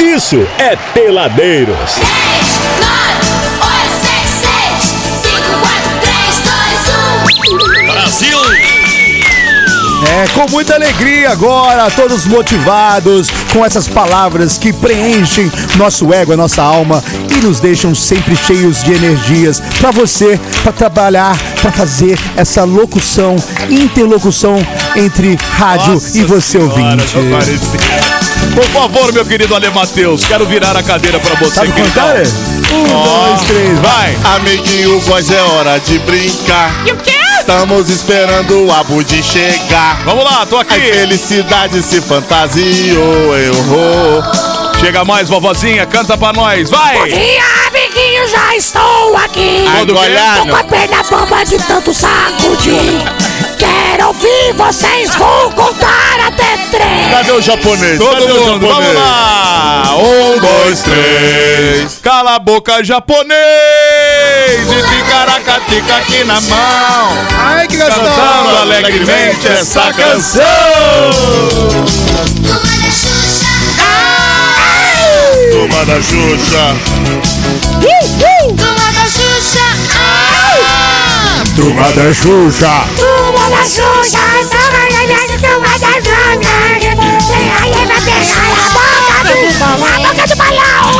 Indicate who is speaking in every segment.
Speaker 1: isso é Peladeiros.
Speaker 2: 10, 9, 8, 7, 6, 5, 4, 3, 2, 1.
Speaker 3: Brasil!
Speaker 4: É, com muita alegria agora, todos motivados com essas palavras que preenchem nosso ego, a nossa alma e nos deixam sempre cheios de energias para você, para trabalhar, para fazer essa locução, interlocução entre rádio e você ouvinte.
Speaker 3: Por favor, meu querido Ale Matheus, quero virar a cadeira pra você.
Speaker 4: Sabe
Speaker 3: queridão.
Speaker 4: contar? é? Um, dois, três, vai.
Speaker 3: Vai!
Speaker 5: Amiguinho, pois é hora de brincar.
Speaker 2: E o quê?
Speaker 5: Estamos esperando o abu de chegar.
Speaker 3: Vamos lá, tô
Speaker 5: A
Speaker 3: aqui!
Speaker 5: felicidade se fantasiou, eu vou.
Speaker 3: Chega mais, vovozinha, canta pra nós, vai!
Speaker 6: E amiguinho, já estou aqui.
Speaker 3: Todo
Speaker 6: Tô com
Speaker 5: Agolhado.
Speaker 6: a perna bomba de tanto sacudir. Quero ouvir vocês, vou contar até três.
Speaker 5: Cadê o japonês?
Speaker 3: Todo
Speaker 5: Cadê o
Speaker 3: mundo, vamos
Speaker 5: japonês?
Speaker 3: lá! Um, dois, três. Cala a boca, japonês! E ticaracatica aqui na mão.
Speaker 4: Ai, que
Speaker 3: Cantando
Speaker 4: gostoso.
Speaker 3: alegremente essa canção.
Speaker 2: Turma da Xuxa.
Speaker 6: Ah!
Speaker 5: Turma da Xuxa.
Speaker 2: Turma da Xuxa.
Speaker 5: Turma da Xuxa.
Speaker 6: Ah! Turma da Xuxa, só olhando turma da Xuxa. é Aí vai beijar a boca do, é a boca do balão.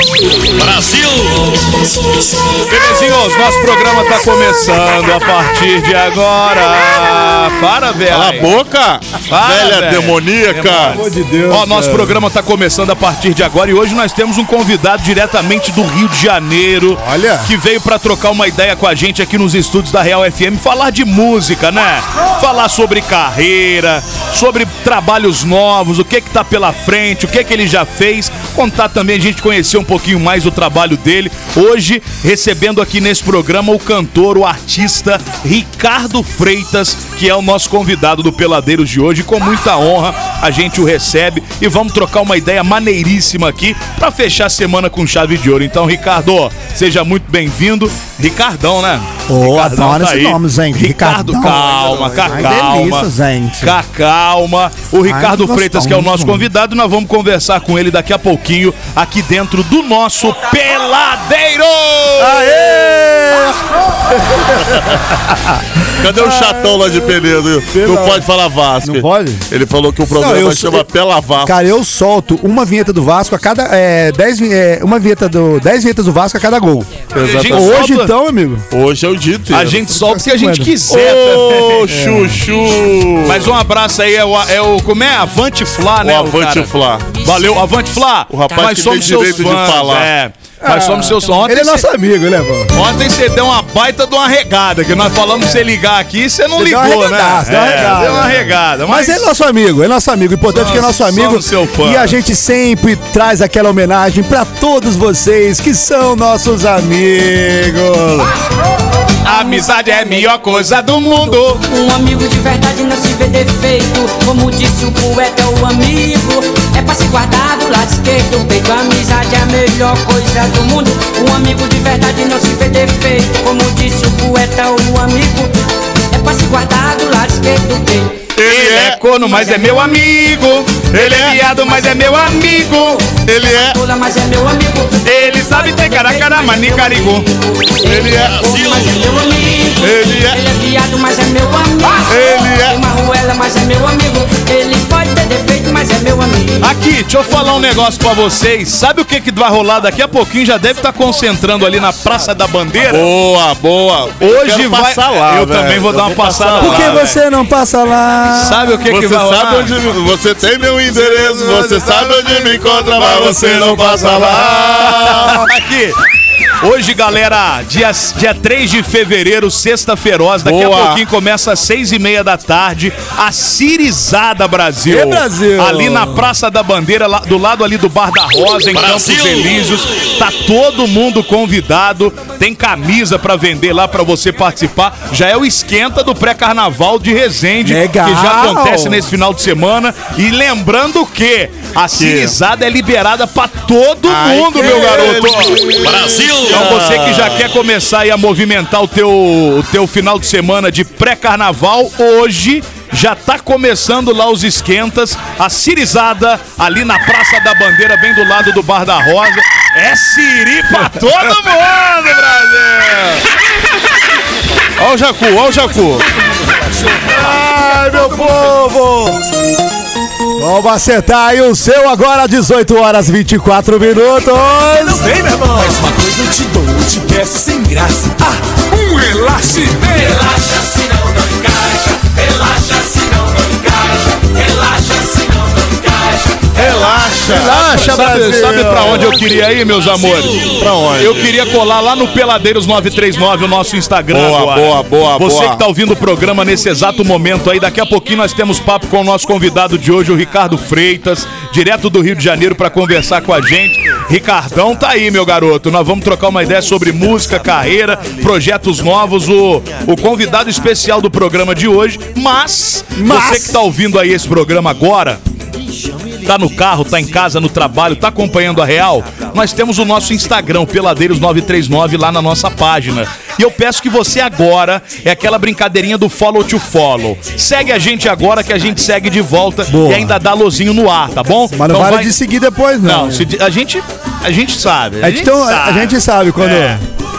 Speaker 3: Brasil!
Speaker 2: Turma da Xuxa.
Speaker 3: Belezinhos, nosso programa tá começando a partir de agora. Para, velho.
Speaker 5: Cala a boca,
Speaker 3: Para,
Speaker 5: velha
Speaker 3: velho.
Speaker 5: demoníaca.
Speaker 3: Demônio.
Speaker 4: de Deus,
Speaker 3: Ó, nosso
Speaker 4: cara.
Speaker 3: programa tá começando a partir de agora e hoje nós temos um convidado diretamente do Rio de Janeiro.
Speaker 4: Olha.
Speaker 3: Que veio pra trocar uma ideia com a gente aqui nos estúdios da Real FM, falar de música, né? Falar sobre carreira, sobre trabalhos novos, o que que tá pela frente, o que que ele já fez, contar também a gente conhecer um pouquinho mais do trabalho dele. Hoje recebendo aqui nesse programa o cantor, o artista Ricardo Freitas, que é o nosso convidado do Peladeiros de hoje. Com muita honra a gente o recebe e vamos trocar uma ideia maneiríssima aqui pra fechar a semana com chave de ouro. Então, Ricardo, seja muito bem-vindo. Ricardão, né?
Speaker 4: Ô,
Speaker 3: Ricardão
Speaker 4: adoro
Speaker 3: tá
Speaker 4: esse
Speaker 3: aí.
Speaker 4: nome, gente.
Speaker 3: Ricardo,
Speaker 4: Ricardão.
Speaker 3: calma, ca-
Speaker 4: Ai,
Speaker 3: calma.
Speaker 4: delícia, gente.
Speaker 3: Ca- calma. O Ricardo
Speaker 4: que
Speaker 3: Freitas, que é o nosso
Speaker 4: gostoso.
Speaker 3: convidado, nós vamos conversar com ele daqui a pouquinho aqui dentro do nosso Peladeiro!
Speaker 5: Cadê o chatão lá de Penedo? Não pode falar Vasco.
Speaker 4: Não pode?
Speaker 5: Ele falou que o
Speaker 4: Não, eu
Speaker 5: programa
Speaker 4: sou-
Speaker 5: chama Pela Vasco.
Speaker 4: Cara, eu solto uma vinheta do Vasco a cada. É, dez, vi- é, uma vinheta do. Dez vinhetas do Vasco a cada gol.
Speaker 3: Gente,
Speaker 5: Exatamente.
Speaker 4: Hoje
Speaker 3: solta-
Speaker 4: então, amigo.
Speaker 5: Hoje é o dia inteiro.
Speaker 3: A gente solta o que a gente quiser.
Speaker 5: Ô, Chuchu!
Speaker 3: Mas um abraço aí, é o, é o- como é? Avante Flá, né?
Speaker 5: tá? o Avante
Speaker 3: cara?
Speaker 5: Flá.
Speaker 3: Valeu, Avante Flá. O
Speaker 5: rapaz que tem direito de falar.
Speaker 3: É, nós somos seus fãs. Ontem
Speaker 4: Ele é
Speaker 3: cê-
Speaker 4: nosso amigo, né, mano?
Speaker 3: Ontem você deu uma baita de uma regada, que nós falamos pra você ligar aqui e você não
Speaker 4: Você deu
Speaker 3: ligou,
Speaker 4: uma
Speaker 3: né?
Speaker 4: regadaça, deu uma
Speaker 3: É,
Speaker 4: regada.
Speaker 3: deu uma regada. Mas,
Speaker 4: Mas ele é nosso amigo, ele é nosso amigo. O importante é que é nosso
Speaker 3: Somos-
Speaker 4: amigo.
Speaker 3: somos seu fã.
Speaker 4: E a gente sempre traz aquela homenagem pra todos vocês que são nossos amigos.
Speaker 3: a amizade é a melhor coisa do mundo.
Speaker 7: Um amigo de verdade não se vê defeito. Como disse o poeta, o amigo é pra se guardar do lado esquerdo. do Peito, a amizade é a melhor coisa do mundo. Um amigo de verdade não se vê defeito. Como disse o poeta, o amigo é pra se guardar do lado esquerdo. do peito.
Speaker 3: Ele é corno, mas é meu amigo. Ele é viado, mas é meu amigo.
Speaker 5: Ele é,
Speaker 7: Pula, mas é meu amigo.
Speaker 3: Ele sabe é ter caracara, manicarigo.
Speaker 5: ele é,
Speaker 7: Pula, mas é meu amigo.
Speaker 5: ele é,
Speaker 7: Ele é viado, mas é meu amigo.
Speaker 5: ele é.
Speaker 7: Tem uma ruela, mas é meu amigo. Ele pode ter defeito, mas é meu amigo.
Speaker 3: Aqui, deixa eu falar um negócio pra vocês. Sabe o que, que vai rolar daqui a pouquinho? Já deve estar concentrando ali na Praça da Bandeira.
Speaker 5: Boa, boa. Eu
Speaker 3: Hoje
Speaker 5: quero
Speaker 3: vai.
Speaker 5: passar lá,
Speaker 3: eu
Speaker 5: velho.
Speaker 3: também vou dar uma passada
Speaker 4: Por
Speaker 3: lá.
Speaker 4: que
Speaker 3: velho.
Speaker 4: você não passa lá?
Speaker 3: Sabe o que, que
Speaker 5: Você
Speaker 3: vai
Speaker 5: sabe
Speaker 3: rolar?
Speaker 5: onde você tem meu endereço, você sabe onde me encontra, mas você não passa lá.
Speaker 3: Tá Aqui. Hoje, galera, dia, dia 3 de fevereiro, sexta feroz, daqui a
Speaker 5: Boa.
Speaker 3: pouquinho começa às seis e meia da tarde, a Cirizada Brasil.
Speaker 4: Ê, Brasil!
Speaker 3: Ali na Praça da Bandeira, lá- do lado ali do Bar da Rosa, em Campos Elíseos. Tá todo mundo convidado, tem camisa pra vender lá pra você participar. Já é o esquenta do pré-carnaval de Resende,
Speaker 4: Legal!
Speaker 3: que já acontece nesse final de semana. E lembrando que a Cirizada é liberada pra todo
Speaker 5: Ai,
Speaker 3: mundo,
Speaker 5: É que Ah.
Speaker 3: meu garoto.
Speaker 5: delícia.
Speaker 3: Brasil! Então você que já quer começar aí a movimentar o teu, o teu final de semana de pré-carnaval, hoje já tá começando lá os esquentas, a cirizada ali na Praça da Bandeira, bem do lado do Bar da Rosa. É siri pra todo mundo, Brasil!
Speaker 5: Ó o Jacu, ó o Jacu.
Speaker 4: Ai, meu povo! Vamos acertar aí o seu agora, 18 horas 24 minutos.
Speaker 8: Vem, meu irmão. Mais uma coisa eu te dou, eu te peço sem graça. Ah, um relaxe. Relaxa se não, não encaixa. Relaxa se não, não encaixa. Relaxa se não, não encaixa.
Speaker 5: Relaxa.
Speaker 4: Relaxa,
Speaker 3: Ah, Sabe,
Speaker 4: Brasil.
Speaker 3: sabe pra onde eu queria ir, meus amores?
Speaker 5: Pra onde?
Speaker 3: Eu queria colar lá no Peladeiros 939, o nosso Instagram.
Speaker 5: Boa,
Speaker 3: agora.
Speaker 5: boa, boa,
Speaker 3: Você
Speaker 5: boa.
Speaker 3: que tá ouvindo o programa nesse exato momento aí, daqui a pouquinho nós temos papo com o nosso convidado de hoje, o Ricardo Freitas, direto do Rio de Janeiro pra conversar com a gente. Ricardão tá aí, meu garoto. Nós vamos trocar uma ideia sobre música, carreira, projetos novos, o, o convidado especial do programa de hoje. Mas,
Speaker 4: Mas-
Speaker 3: você que tá ouvindo aí esse programa agora, tá no carro, tá em casa, no trabalho, tá acompanhando a Real, nós temos o nosso Instagram, Peladeiros939, lá na nossa página. E eu peço que você agora, é aquela brincadeirinha do follow to follow. Segue a gente agora que a gente segue de volta
Speaker 4: Boa.
Speaker 3: e ainda dá lozinho no ar, tá bom?
Speaker 4: Mas não
Speaker 3: Então
Speaker 4: vale
Speaker 3: vai-
Speaker 4: de seguir depois, não. né?
Speaker 3: Não, se di- a gente, a gente sabe.
Speaker 4: É que então, a- a gente sabe quando-
Speaker 3: É.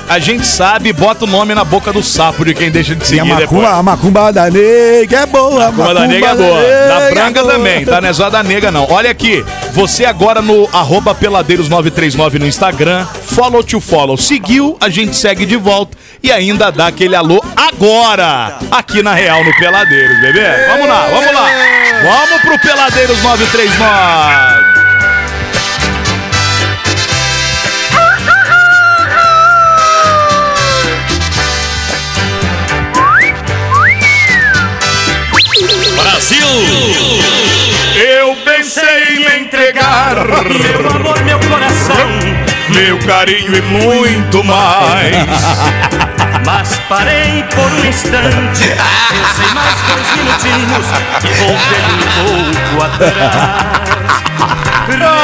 Speaker 3: A gente sabe e bota o nome na boca do sapo de quem deixa de
Speaker 4: E
Speaker 3: seguir
Speaker 4: a
Speaker 3: depois.
Speaker 4: macumba, a macumba da nega é boa. A
Speaker 3: Macumba da Nega é boa. Da Branca
Speaker 4: boa.
Speaker 3: também, tá? Não é só da Nega, não. Olha aqui, você agora no arroba peladeiros939 no Instagram, follow to follow. Seguiu, a gente segue de volta e ainda dá aquele alô agora, aqui na Real, no Peladeiros, bebê. Vamos lá, vamos lá. Vamos pro Peladeiros 939. Eu pensei em lhe entregar meu amor, meu coração, meu carinho e muito mais.
Speaker 9: Mas parei por um instante, pensei mais dois minutinhos e voltei um pouco atrás.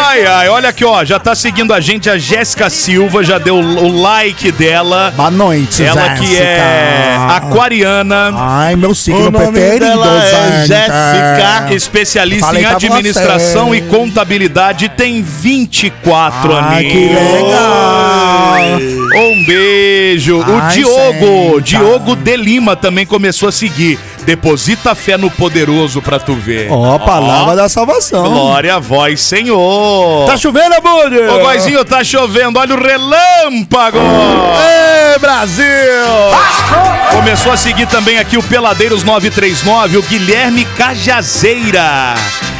Speaker 3: Ai, ai, olha aqui, ó, já tá seguindo a gente a Jéssica Silva, já deu o like dela.
Speaker 4: Boa noite,
Speaker 3: Ela que é
Speaker 4: Jéssica.
Speaker 3: aquariana,
Speaker 4: Ai, meu signo
Speaker 5: O nome
Speaker 4: preferido,
Speaker 5: dela é
Speaker 4: Jéssica.
Speaker 5: Jéssica.
Speaker 3: especialista
Speaker 4: Falei
Speaker 3: em
Speaker 4: pra
Speaker 3: administração
Speaker 4: você.
Speaker 3: e contabilidade, tem 24
Speaker 4: Ah,
Speaker 3: aninhos.
Speaker 4: que legal.
Speaker 3: Um beijo.
Speaker 4: Ai,
Speaker 3: o Diogo,
Speaker 4: senta.
Speaker 3: Diogo de Lima também começou a seguir. Deposita fé no poderoso pra tu ver.
Speaker 4: Ó, a palavra
Speaker 3: Ó,
Speaker 4: da salvação.
Speaker 3: Glória a voz, Senhor.
Speaker 4: Tá chovendo, Abud?
Speaker 3: Ô, Goizinho, tá chovendo. Olha o relâmpago.
Speaker 4: Ei, Brasil!
Speaker 3: Começou a seguir também aqui o Peladeiros 939, o Guilherme Cajazeira.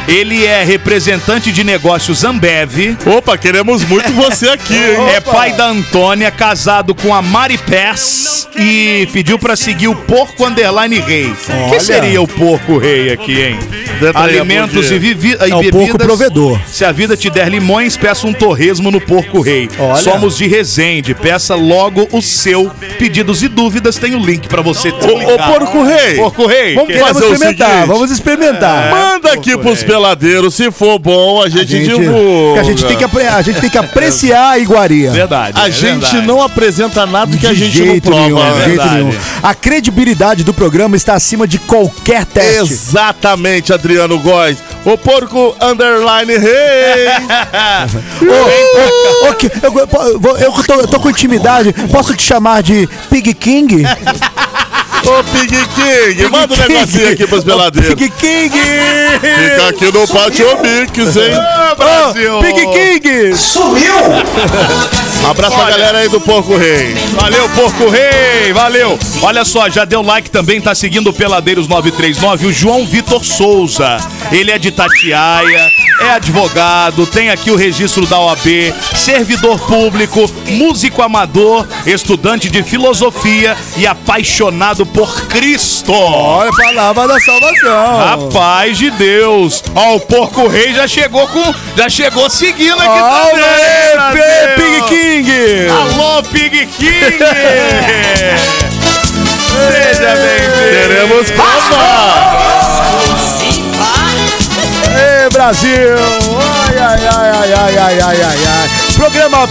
Speaker 3: Ele é representante de negócios Ambev.
Speaker 5: Opa, queremos muito você aqui, hein?
Speaker 3: É pai da Antônia, casado com a Mari Pers e pediu pra seguir o Porco Underline Rei. O que
Speaker 4: Olha.
Speaker 3: seria o Porco Rei aqui, hein?
Speaker 5: Dê pra ele, bom
Speaker 3: Alimentos
Speaker 5: dia.
Speaker 3: e, vivi- e
Speaker 4: É o
Speaker 3: bebidas.
Speaker 4: porco provedor.
Speaker 3: Se a vida te der limões, peça um torresmo no Porco Rei.
Speaker 4: Olha.
Speaker 3: Somos de Resende. Peça logo o seu. Pedidos e dúvidas tem o link pra você.
Speaker 5: Ô, ô, Porco Rei.
Speaker 3: É Porco Rei.
Speaker 5: Vamos
Speaker 3: que-
Speaker 5: fazer
Speaker 4: Vamos
Speaker 5: o
Speaker 4: experimentar,
Speaker 5: seguinte. É.
Speaker 4: vamos experimentar.
Speaker 5: Manda aqui pros peladeiros, se for bom, a gente, divulga.
Speaker 4: que a, gente tem que, apre- a gente tem que apreciar a iguaria.
Speaker 3: Verdade.
Speaker 5: A
Speaker 3: é
Speaker 5: gente
Speaker 3: verdade.
Speaker 5: não apresenta nada que a gente não prova.
Speaker 4: nenhum,
Speaker 5: né?
Speaker 4: de jeito
Speaker 3: verdade.
Speaker 4: nenhum. A credibilidade do programa está acima de qualquer teste.
Speaker 5: Exatamente, Adriano Góes. O porco underline rei.
Speaker 4: Ô, ô, ô, que- eu, eu- eu- eu tô, eu tô com intimidade. Posso te chamar de Pig King?
Speaker 5: Ô Pig King, manda um
Speaker 4: Pig
Speaker 5: negocinho
Speaker 4: King.
Speaker 5: aqui pros
Speaker 4: Ô,
Speaker 5: peladeiros.
Speaker 4: Pig King!
Speaker 5: Fica aqui no Pátio Mix, hein?
Speaker 4: Ô, Pig King!
Speaker 5: Abraço a galera aí do Porco Rei.
Speaker 3: Valeu, Porco Rei, valeu. Olha só, já deu like também, tá seguindo o Peladeiros 939, o João Vitor Souza. Ele é de Tatiaia, é advogado, tem aqui o registro da OAB, servidor público, músico amador, estudante de filosofia e apaixonado por Cristo.
Speaker 4: Olha, palavra da salvação.
Speaker 3: Ah, Rapaz de Deus! Ó, o Porco Rei já chegou com. Já chegou seguindo aqui
Speaker 4: Olha
Speaker 3: também!
Speaker 4: aí,
Speaker 3: Brasil.
Speaker 4: Pig King!
Speaker 3: Alô, Pig King! Seja bem-vindo!
Speaker 5: Teremos prova.
Speaker 4: Ei, Brasil! Ai, ai, ai, ai, ai, ai, ai, ai, ai. Programa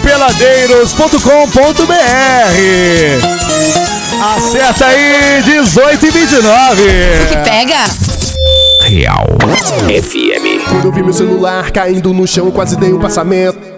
Speaker 4: peladeiros.com.br Acerta aí, 18 e 29.
Speaker 2: Pega.
Speaker 1: Real FM.
Speaker 10: Quando eu vi meu celular caindo no chão, eu quase dei um passamento.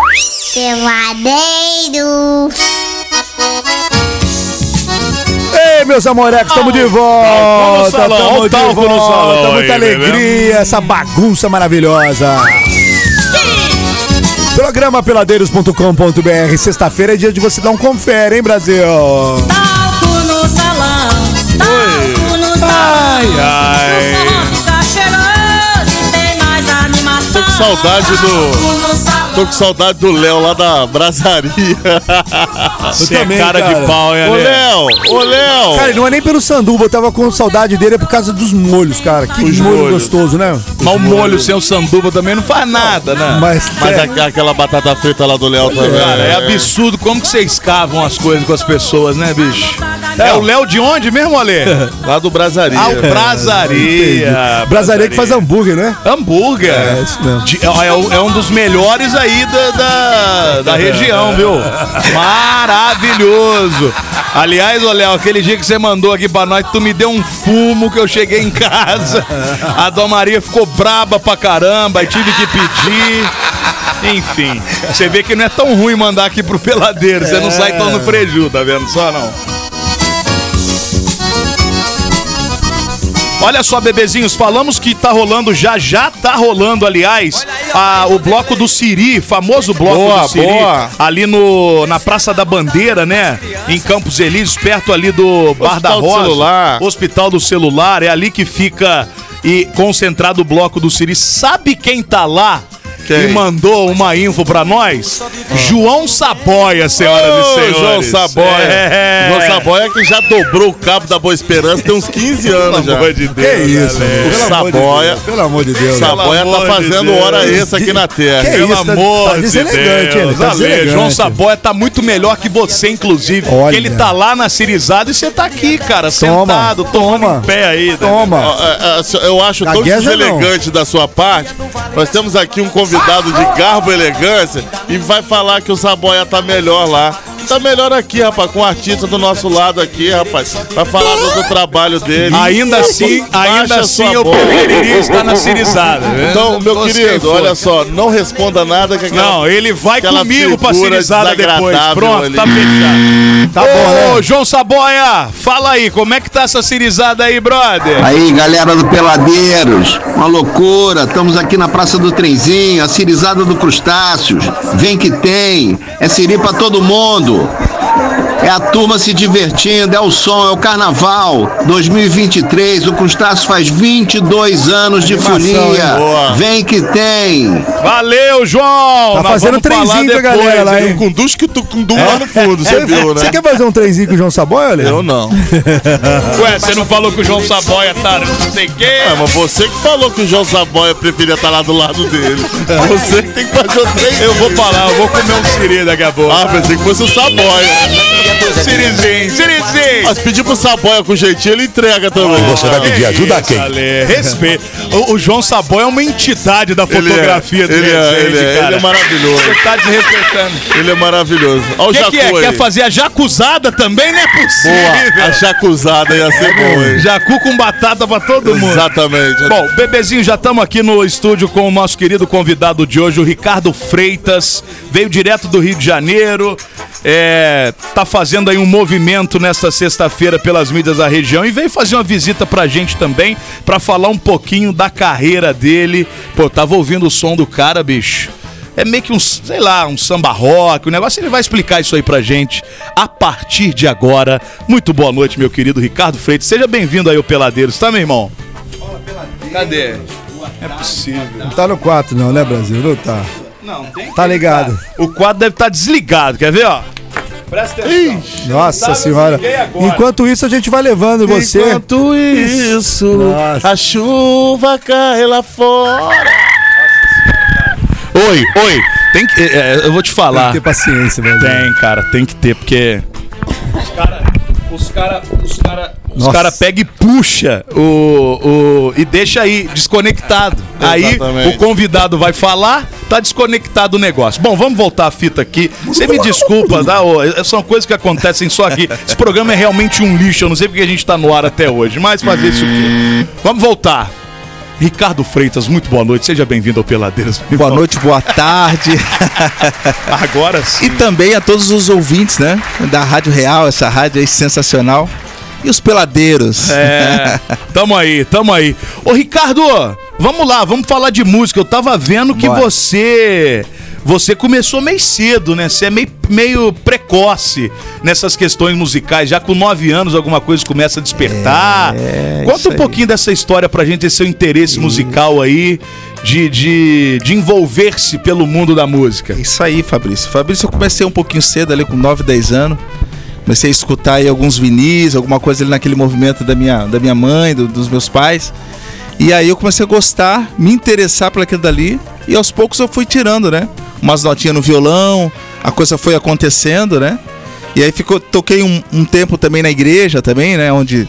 Speaker 2: Peladeiro.
Speaker 4: Ei, meus amorecos, estamos de
Speaker 3: Talco no
Speaker 4: volta!
Speaker 3: salão,
Speaker 4: Tamo
Speaker 3: ó o
Speaker 4: de
Speaker 3: talco no
Speaker 4: volta!
Speaker 3: salão
Speaker 4: Muita
Speaker 3: aí, né,
Speaker 4: alegria, essa bagunça maravilhosa! Programa peladeiros.com.br, sexta-feira é dia de você dar um confere, hein, Brasil?
Speaker 7: Talco no salão, talco no
Speaker 3: Ai,
Speaker 7: salão.
Speaker 4: ah,
Speaker 5: É.
Speaker 7: O
Speaker 3: ai.
Speaker 7: salão fica cheiroso, tem mais animação.
Speaker 5: Tô com saudade do-
Speaker 7: Talco no salão.
Speaker 5: Tô com saudade do Léo lá da brasaria.
Speaker 3: Você é
Speaker 4: também,
Speaker 3: cara,
Speaker 4: cara.
Speaker 3: de pau, hein,
Speaker 5: Ô,
Speaker 3: Ale?
Speaker 5: Léo! Ô, Léo!
Speaker 4: Cara, não é nem pelo sanduba, eu tava com saudade dele, é por causa dos molhos, cara. Que
Speaker 3: Os
Speaker 4: molho
Speaker 3: molhos.
Speaker 4: gostoso, né?
Speaker 3: Mas o molho sem o sanduba também não faz nada, né?
Speaker 4: Mas,
Speaker 5: Mas
Speaker 4: é,
Speaker 5: a- aquela batata frita lá do Léo também.
Speaker 3: Cara, é absurdo como que vocês cavam as coisas com as pessoas, né, bicho? É o Léo de onde mesmo, Ale?
Speaker 5: Lá do brasaria.
Speaker 3: Ah, o Brasaria.
Speaker 4: brasaria que faz hambúrguer, né?
Speaker 3: Ah, Hambúrguer.
Speaker 4: É, isso mesmo.
Speaker 3: De- ó, é, o- é um dos melhores aí da, da, da região, viu? Maravilhoso. Aliás, ô Léo, aquele dia que você mandou aqui pra nós, tu me deu um fumo que eu cheguei em casa. A Dona Maria ficou braba pra caramba, aí tive que pedir. Enfim, você vê que não é tão ruim mandar aqui pro peladeiro, você não sai
Speaker 5: É.
Speaker 3: tão no preju, tá vendo só não? Olha só, bebezinhos, falamos que tá rolando, já já tá rolando, aliás, a- o bloco do Siri, famoso bloco
Speaker 5: Boa,
Speaker 3: do Siri,
Speaker 5: boa.
Speaker 3: ali no, na Praça da Bandeira, né? Em Campos Elíseos, perto ali do Bar da
Speaker 5: Hospital do
Speaker 3: Rosa.
Speaker 5: Celular.
Speaker 3: Hospital do Celular, é ali que fica e concentrado o bloco do Siri. Sabe quem tá lá?
Speaker 5: Quem?
Speaker 3: E mandou uma info pra nós? João Saboia, senhoras
Speaker 5: Ô,
Speaker 3: e senhores.
Speaker 5: João Saboia.
Speaker 3: É.
Speaker 5: João Saboia que já dobrou o cabo da Boa Esperança tem uns 15 anos já.
Speaker 3: Pelo amor de
Speaker 4: Que
Speaker 3: Deus. né,
Speaker 4: isso,
Speaker 5: galera.
Speaker 4: mano. Pelo amor de
Speaker 5: Saboia.
Speaker 4: Deus, Pelo amor de Deus.
Speaker 5: O Saboia
Speaker 3: Pelo
Speaker 5: tá
Speaker 3: amor
Speaker 5: fazendo
Speaker 3: de
Speaker 5: hora
Speaker 3: Deus.
Speaker 5: extra aqui na Terra.
Speaker 4: Que
Speaker 3: Pelo
Speaker 4: isso, tá-
Speaker 3: amor
Speaker 4: tá
Speaker 3: de
Speaker 4: deselegante,
Speaker 3: Deus.
Speaker 4: ele, tá
Speaker 3: Ale,
Speaker 4: deselegante.
Speaker 3: João Saboia tá muito melhor que você, inclusive.
Speaker 4: Olha.
Speaker 3: Porque ele tá lá na Cirizada e você tá aqui, cara,
Speaker 4: Toma,
Speaker 3: sentado, tomando
Speaker 4: toma.
Speaker 3: em pé aí. tá
Speaker 5: Ó,
Speaker 4: Toma.
Speaker 5: é, é, Eu acho
Speaker 4: Da
Speaker 5: tão
Speaker 4: guerra, não.
Speaker 5: deselegante da sua parte. Nós temos aqui um convidado de garbo e elegância e vai falar que o Saboia tá melhor lá. Tá melhor aqui, rapaz, com o artista do nosso lado aqui, rapaz. Vai falar do, do trabalho dele.
Speaker 3: Ainda assim,
Speaker 5: Baixa
Speaker 3: ainda assim
Speaker 5: sua
Speaker 3: eu
Speaker 5: bola.
Speaker 3: preferiria estar na Cirizada. né?
Speaker 5: Então, meu
Speaker 3: Fosse quem
Speaker 5: querido,
Speaker 3: for.
Speaker 5: olha só, não responda nada que aquela...
Speaker 3: Não, ele vai
Speaker 5: Aquela
Speaker 3: comigo pra
Speaker 5: figura
Speaker 3: Cirizada depois.
Speaker 5: desagradável
Speaker 3: Pronto,
Speaker 5: ali.
Speaker 3: tá fechado.
Speaker 4: Tá
Speaker 3: Ô,
Speaker 4: bom, né?
Speaker 3: João Saboia, fala aí, como é que tá essa Cirizada aí, brother?
Speaker 11: Aí, galera do Peladeiros, uma loucura, estamos aqui na Praça do Trenzinho, a Cirizada do Crustáceos, vem que tem, é Siri pra todo mundo. É a turma se divertindo, é o som, é o carnaval. 2023, o Crustáceo faz 22 anos de folia.
Speaker 5: Boa.
Speaker 11: Vem que tem.
Speaker 3: Valeu, João!
Speaker 4: Tá
Speaker 3: Nós
Speaker 4: fazendo
Speaker 3: vamos falar
Speaker 4: trenzinho pra
Speaker 3: depois,
Speaker 4: galera lá,
Speaker 3: viu?
Speaker 4: hein? É,
Speaker 5: Conduz que tu conduz lá no fundo, você viu, né?
Speaker 4: Você quer fazer um trenzinho com o João Saboia, Lê?
Speaker 5: Eu não.
Speaker 3: Ué, você não falou que o João Saboia tá não sei o quê?
Speaker 5: É, mas você que falou que o João Saboia preferia estar lá do lado dele. Você que tem que fazer o trem.
Speaker 3: Eu vou falar, eu vou comer um siri daqui a pouco.
Speaker 5: Ah, pensei que fosse o Saboia.
Speaker 3: Sirizinho, sirizinho!
Speaker 5: Mas pedir pro Saboia com jeitinho, ele entrega também.
Speaker 1: Você vai pedir ajuda a
Speaker 3: Isso,
Speaker 1: quem?
Speaker 3: Ale, respeito. O, o João Saboia é uma entidade da
Speaker 5: Ele é,
Speaker 3: fotografia do
Speaker 5: ele é,
Speaker 3: Resende,
Speaker 5: ele é,
Speaker 3: cara.
Speaker 5: ele é maravilhoso.
Speaker 3: Você tá desrespeitando.
Speaker 5: Ele é maravilhoso. Olha o
Speaker 3: O que,
Speaker 5: Jacu
Speaker 3: que é?
Speaker 5: aí.
Speaker 3: Quer fazer a jacuzada também? Não é possível.
Speaker 5: Boa, a chacuzada ia
Speaker 3: É
Speaker 5: ser bom, hein?
Speaker 3: Jacu com batata pra todo mundo.
Speaker 5: Exatamente.
Speaker 3: Bom, bebezinho, já estamos aqui no estúdio com o nosso querido convidado de hoje, o Ricardo Freitas. Veio direto do Rio de Janeiro. É, tá fazendo aí um movimento nesta sexta-feira pelas mídias da região e veio fazer uma visita pra gente também pra falar um pouquinho da carreira dele. Pô, eu tava ouvindo o som do cara, bicho. É meio que um, sei lá, um samba rock, o negócio. Ele vai explicar isso aí pra gente a partir de agora. Muito boa noite, meu querido Ricardo Freitas. Seja bem-vindo aí ao Peladeiros, tá, meu irmão?
Speaker 5: Cadê?
Speaker 3: É possível.
Speaker 4: Não tá no 4 não, né, Brasil? Não tá.
Speaker 3: Não, tem.
Speaker 4: Tá ligado.
Speaker 3: O quadro deve estar desligado, quer ver, ó? Presta atenção.
Speaker 4: Nossa senhora. Enquanto isso, a gente vai levando você.
Speaker 5: Enquanto isso, a chuva cai lá fora.
Speaker 3: Oi, oi. Tem que. é, é, eu vou te falar.
Speaker 4: Tem que ter paciência, velho.
Speaker 3: Tem, cara, tem que ter, porque. Os cara, os cara, os
Speaker 4: Nossa.
Speaker 3: cara pega e puxa o, o e deixa aí desconectado. Aí
Speaker 5: Exatamente.
Speaker 3: o convidado vai falar, tá desconectado o negócio. Bom, vamos voltar a fita aqui. Você me desculpa, tá? Ô, é- são coisas que acontecem só aqui. Esse programa é realmente um lixo. Eu não sei porque a gente tá no ar até hoje, mas fazer isso aqui. Vamos voltar. Ricardo Freitas, muito boa noite. Seja bem-vindo ao Peladeiros.
Speaker 12: Boa noite, boa tarde.
Speaker 3: Agora sim.
Speaker 12: E também a todos os ouvintes, né? Da Rádio Real, essa rádio aí sensacional. E os peladeiros.
Speaker 3: É, tamo aí, tamo aí. Ô Ricardo, vamos lá, vamos falar de música. Eu tava vendo que
Speaker 12: Bora.
Speaker 3: você você começou meio cedo, né? Você é meio, meio precoce nessas questões musicais. Já com nove anos alguma coisa começa a despertar. Conta um pouquinho dessa história pra gente, esse seu interesse musical aí de, de, de envolver-se pelo mundo da música.
Speaker 12: Isso aí, Fabrício. Fabrício, eu comecei um pouquinho cedo ali com 9, 10 anos. Comecei a escutar aí alguns vinis, alguma coisa ali naquele movimento da minha, da minha mãe, do- dos meus pais. E aí eu comecei a gostar, me interessar por aquilo dali. E aos poucos eu fui tirando, né? Umas notinhas no violão, a coisa foi acontecendo, né? E aí ficou, toquei um, um tempo também na igreja também, né? Onde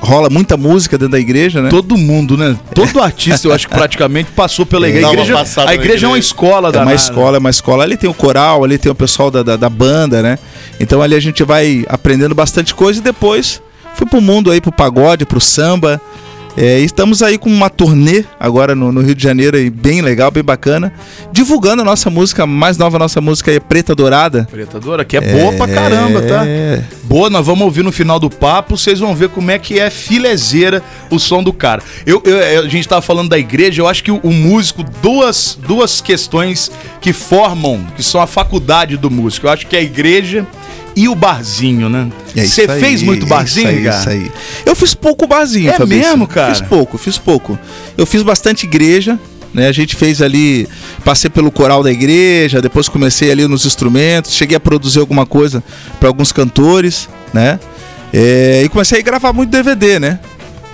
Speaker 12: rola muita música dentro da igreja, né?
Speaker 3: Todo mundo, né? Todo artista, eu acho que praticamente passou pela igreja. A
Speaker 5: Dá uma
Speaker 3: igreja,
Speaker 5: passada
Speaker 3: a
Speaker 5: na
Speaker 3: igreja é uma
Speaker 5: igreja.
Speaker 3: escola da
Speaker 12: É uma escola, é uma escola. Ali tem o coral, ali tem o pessoal da, da, da banda, né? Então ali a gente vai aprendendo bastante coisa e depois fui pro mundo aí, pro pagode, pro samba. É, e estamos aí com uma turnê agora no, no Rio de Janeiro aí, bem legal, bem bacana. Divulgando a nossa música, a mais nova nossa música aí, é Preta Dourada.
Speaker 3: Pretadora, que é boa pra caramba, tá?
Speaker 12: É.
Speaker 3: Boa, nós vamos ouvir no final do papo, vocês vão ver como é que é filezeira o som do cara. Eu, eu- a gente tava falando da igreja, eu acho que o, o músico, duas, duas questões que formam, que são a faculdade do músico. Eu acho que é a igreja e o barzinho, né?
Speaker 12: É isso
Speaker 3: Você
Speaker 12: aí,
Speaker 3: fez muito
Speaker 12: isso
Speaker 3: barzinho,
Speaker 12: aí,
Speaker 3: cara?
Speaker 12: isso aí. Eu fiz pouco barzinho,
Speaker 3: É
Speaker 12: Fabrício.
Speaker 3: mesmo, cara?
Speaker 12: Fiz pouco, fiz pouco. Eu fiz bastante igreja, né? A gente fez ali, passei pelo coral da igreja, depois comecei ali nos instrumentos, cheguei a produzir alguma coisa para alguns cantores, né? É, e comecei a gravar muito DVD, né?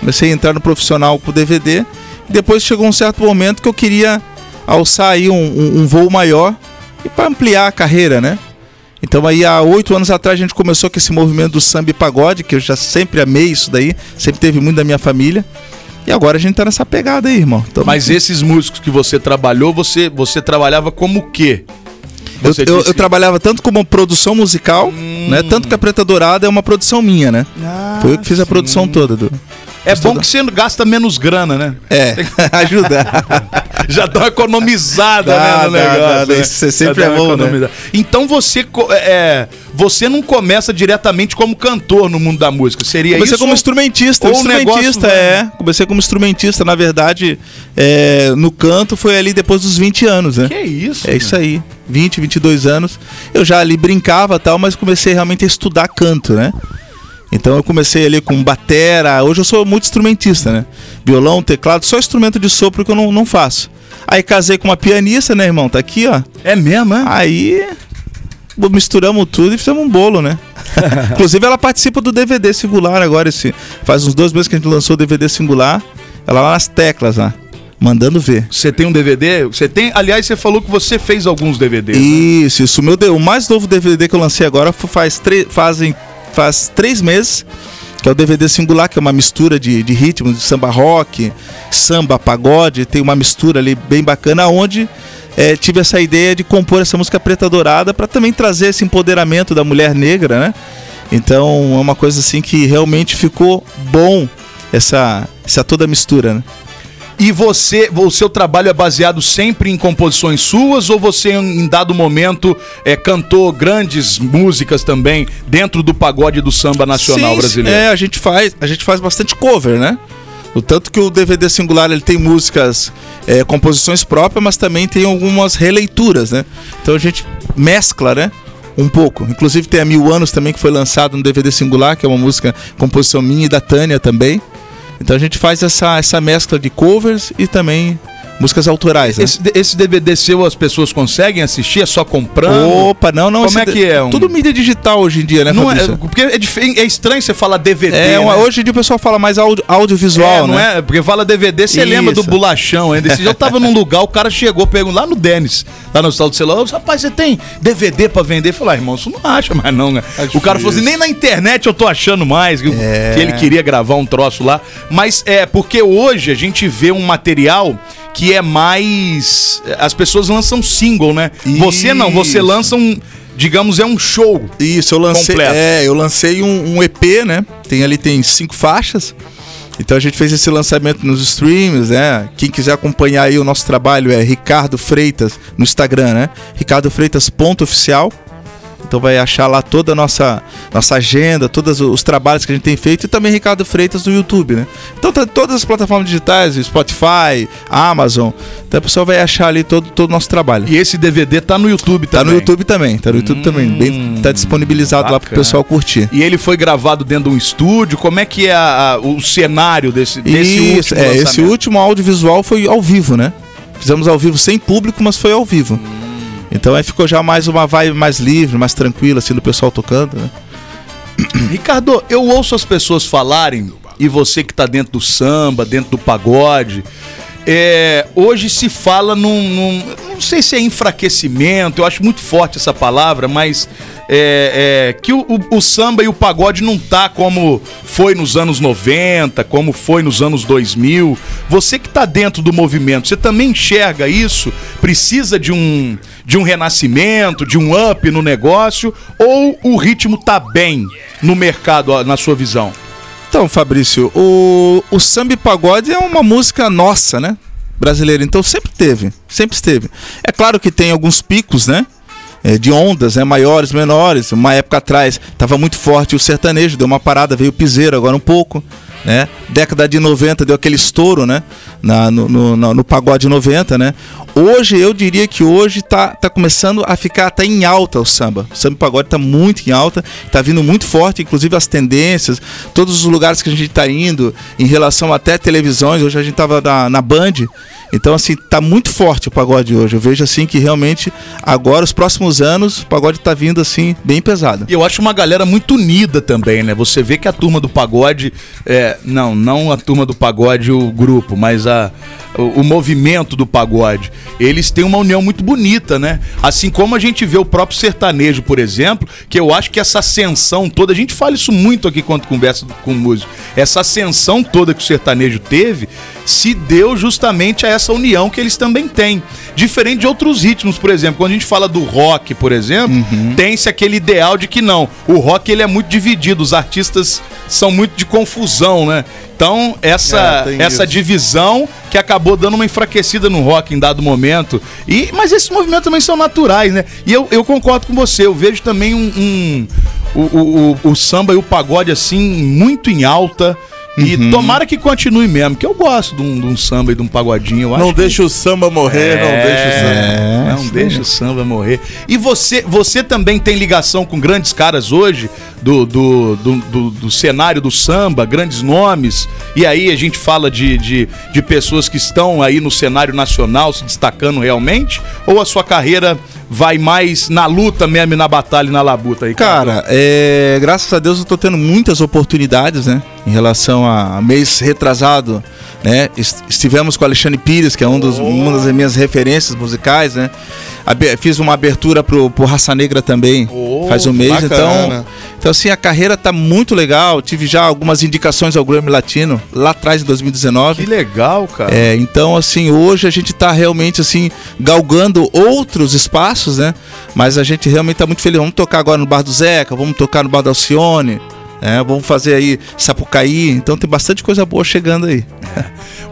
Speaker 12: Comecei a entrar no profissional com DVD. Depois chegou um certo momento que eu queria alçar aí um, um- um voo maior e para ampliar a carreira, né? Então aí há oito anos atrás a gente começou com esse movimento do samba e pagode, que eu já sempre amei isso daí, sempre teve muito da minha família. E agora a gente tá nessa pegada aí, irmão. Tamo-
Speaker 3: Mas esses músicos que você trabalhou, você, você trabalhava como o quê?
Speaker 12: eu,
Speaker 3: Você
Speaker 12: eu-
Speaker 3: disse- Hum.
Speaker 12: eu trabalhava tanto como produção musical, né? Tanto que a Preta Dourada é uma produção minha, né? Foi eu que fiz a produção toda do.
Speaker 3: É bom que você gasta menos grana, né?
Speaker 12: É, ajuda.
Speaker 3: Já dá uma economizada, né,
Speaker 12: Dá,
Speaker 3: no
Speaker 12: Ah, dá,
Speaker 3: negócio.
Speaker 12: dá, dá.
Speaker 3: né?
Speaker 12: Isso é sempre
Speaker 3: Já dá
Speaker 12: é
Speaker 3: uma
Speaker 12: bom, né?
Speaker 3: economizada. Então você, co- é, você não começa diretamente como cantor no mundo da música. Seria
Speaker 12: Comecei
Speaker 3: isso?
Speaker 12: como instrumentista,
Speaker 3: ou o negócio né?
Speaker 12: instrumentista,
Speaker 3: vai-
Speaker 12: é. Comecei como instrumentista, na verdade, é, no canto foi ali depois dos 20 anos, né?
Speaker 3: Que isso?
Speaker 12: É isso aí. 20, 22 anos. Eu já ali brincava e tal, mas comecei realmente a estudar canto, né? Então eu comecei ali com batera. Hoje eu sou muito instrumentista, né? Violão, teclado, só instrumento de sopro que eu não, não faço. Aí casei com uma pianista, né, irmão? Tá aqui, ó.
Speaker 3: É mesmo, é?
Speaker 12: Aí bo- misturamos tudo e fizemos um bolo, né? Inclusive ela participa do DVD singular agora. Esse, faz uns dois meses que a gente lançou o DVD singular. Ela lá nas teclas lá, mandando ver.
Speaker 3: Você tem um DVD? Você tem. Aliás, você falou que você fez alguns DVDs.
Speaker 12: Isso, isso. O Meu Deus, o mais novo DVD que eu lancei agora fo- faz, tre- fazem, faz três meses, que é o DVD singular, que é uma mistura de, de ritmos, de samba rock, samba, pagode, tem uma mistura ali bem bacana, onde eh, tive essa ideia de compor essa música preta dourada para também trazer esse empoderamento da mulher negra, né? Então é uma coisa assim que realmente ficou bom essa, essa toda mistura, né?
Speaker 3: E você, o seu trabalho é baseado sempre em composições suas ou você em dado momento é, cantou grandes músicas também dentro do pagode do samba nacional
Speaker 12: Sim,
Speaker 3: brasileiro?
Speaker 12: É, a gente faz, a gente faz bastante cover, né? O tanto que o DVD singular ele tem músicas, é, composições próprias, mas também tem algumas releituras, né? Então a gente mescla, né? Um pouco. Inclusive tem a Mil Anos também, que foi lançado no DVD singular, que é uma música, composição minha e da Tânia também. Então a gente faz essa, essa mescla de covers e também músicas autorais, né?
Speaker 3: Esse, esse DVD seu as pessoas conseguem assistir? É só comprando?
Speaker 12: Opa, não, não.
Speaker 3: Como
Speaker 12: esse
Speaker 3: é
Speaker 12: de-
Speaker 3: que é? Um...
Speaker 12: Tudo mídia digital hoje em dia, né,
Speaker 3: Não é,
Speaker 12: Fabrício?
Speaker 3: porque é, dif- é estranho você falar DVD.
Speaker 12: É, uma-
Speaker 3: né?
Speaker 12: hoje em dia o pessoal fala mais audio- audiovisual,
Speaker 3: É, não
Speaker 12: né?
Speaker 3: é? Porque fala DVD, você lembra do
Speaker 12: Isso.
Speaker 3: bolachão ainda. Esse dia eu tava num lugar, o cara chegou, pegou lá no Denis, lá no saldo do celular, eu disse, rapaz, você tem DVD pra vender? Eu falei, ah, irmão, isso não acha mais não, né?
Speaker 12: Tá
Speaker 3: o cara falou assim, nem na internet eu tô achando mais que, o-
Speaker 12: É.
Speaker 3: que ele queria gravar um troço lá. Mas é, porque hoje a gente vê um material que é mais... As pessoas lançam single, né? Você não, você
Speaker 12: Isso.
Speaker 3: lança um... Digamos, é um show.
Speaker 12: Isso, eu lancei.
Speaker 3: Completo.
Speaker 12: É, eu lancei um, um EP, né? Tem ali tem cinco faixas. Então a gente fez esse lançamento nos streams, né? Quem quiser acompanhar aí o nosso trabalho é Ricardo Freitas no Instagram, né? Ricardo Freitas ponto oficial. Então vai achar lá toda a nossa, nossa agenda, todos os trabalhos que a gente tem feito e também Ricardo Freitas no YouTube, né? Então tá em todas as plataformas digitais, Spotify, Amazon. Então a pessoa vai achar ali todo todo o nosso trabalho.
Speaker 3: E esse DVD tá no YouTube Hum,
Speaker 12: também? Tá no YouTube também, tá no YouTube também. Bem, tá disponibilizado lá pro
Speaker 3: bacana.
Speaker 12: pessoal curtir.
Speaker 3: E ele foi gravado dentro de um estúdio? Como é que é a- a- o cenário desse, desse
Speaker 12: Isso,
Speaker 3: último
Speaker 12: é,
Speaker 3: lançamento?
Speaker 12: esse último audiovisual foi ao vivo, né? Fizemos ao vivo sem público, mas foi ao vivo.
Speaker 3: Hum.
Speaker 12: Então aí ficou já mais uma vibe mais livre, mais tranquila, assim, do pessoal tocando, né?
Speaker 3: Ricardo, eu ouço as pessoas falarem, e você que tá dentro do samba, dentro do pagode, é, hoje se fala num, num- Não sei se é enfraquecimento, eu acho muito forte essa palavra, mas. é, é, que o, o- o samba e o pagode não tá como foi nos anos 90, como foi nos anos 2000. Você que tá dentro do movimento, você também enxerga isso? Precisa de um, de um renascimento, de um up no negócio? Ou o ritmo tá bem no mercado, ó, na sua visão?
Speaker 12: Então, Fabrício, o, o samba e pagode é uma música nossa, né? Brasileira. Então sempre teve, sempre esteve. É claro que tem alguns picos, né? É, de ondas, né? Maiores, menores. Uma época atrás tava muito forte o sertanejo, deu uma parada, veio o piseiro agora um pouco, né? Década de 90 deu aquele estouro, né? Na, no, no, no- no pagode 90, né? Hoje, eu diria que hoje tá, tá começando a ficar até em alta o samba. O samba e pagode tá muito em alta, tá vindo muito forte, inclusive as tendências, todos os lugares que a gente tá indo, em relação até televisões, hoje a gente tava na, na Band. Então, assim, tá muito forte o pagode hoje. Eu vejo assim que realmente agora, os próximos anos, o pagode tá vindo assim, bem pesado.
Speaker 3: E eu acho uma galera muito unida também, né? Você vê que a turma do pagode. é, não, não a turma do pagode, o grupo, mas a, o, o movimento do pagode. Eles têm uma união muito bonita, né? Assim como a gente vê o próprio sertanejo, por exemplo, que eu acho que essa ascensão toda, a gente fala isso muito aqui quando conversa com o músico, essa ascensão toda que o sertanejo teve se deu justamente a essa união que eles também têm. Diferente de outros ritmos, por exemplo, quando a gente fala do rock, por exemplo,
Speaker 6: Uhum.
Speaker 3: tem-se aquele ideal de que não. O rock ele é muito dividido, os artistas são muito de confusão, né? Então, essa,
Speaker 6: É, tem
Speaker 3: essa
Speaker 6: isso.
Speaker 3: divisão que acabou dando uma enfraquecida no rock em dado momento. E, mas esses movimentos também são naturais, né? E eu, eu concordo com você, eu vejo também um, um- o, o- o- o samba e o pagode, assim, muito em alta. E
Speaker 6: Uhum.
Speaker 3: tomara que continue mesmo, que eu gosto de um, de um samba e de um pagodinho. Eu acho
Speaker 6: Não
Speaker 3: que- É.
Speaker 6: deixa o samba morrer, não deixa o samba.
Speaker 3: não deixa o samba morrer. E você, você também tem ligação com grandes caras hoje do, do, do, do- do cenário do samba, grandes nomes. E aí a gente fala de, de, de pessoas que estão aí no cenário nacional se destacando realmente? Ou a sua carreira vai mais na luta mesmo, e na batalha e na labuta aí?
Speaker 12: Cara, é, graças a Deus eu tô tendo muitas oportunidades, né? Em relação a mês retrasado, né? est- Estivemos com o Alexandre Pires, que é um dos, uma das minhas referências musicais, né? Abe- Fiz uma abertura pro, pro Raça Negra também, faz um
Speaker 6: que
Speaker 12: mês,
Speaker 6: bacana.
Speaker 12: então... Então, assim, a carreira tá muito legal. Tive já algumas indicações ao Grammy Latino lá atrás, em 2019. Que
Speaker 3: legal, cara.
Speaker 12: É, então, assim, hoje a gente tá realmente, assim, galgando outros espaços, né? Mas a gente realmente tá muito feliz. Vamos tocar agora no Bar do Zeca, vamos tocar no Bar da Alcione. né? vamos fazer aí Sapucaí, então tem bastante coisa boa chegando aí.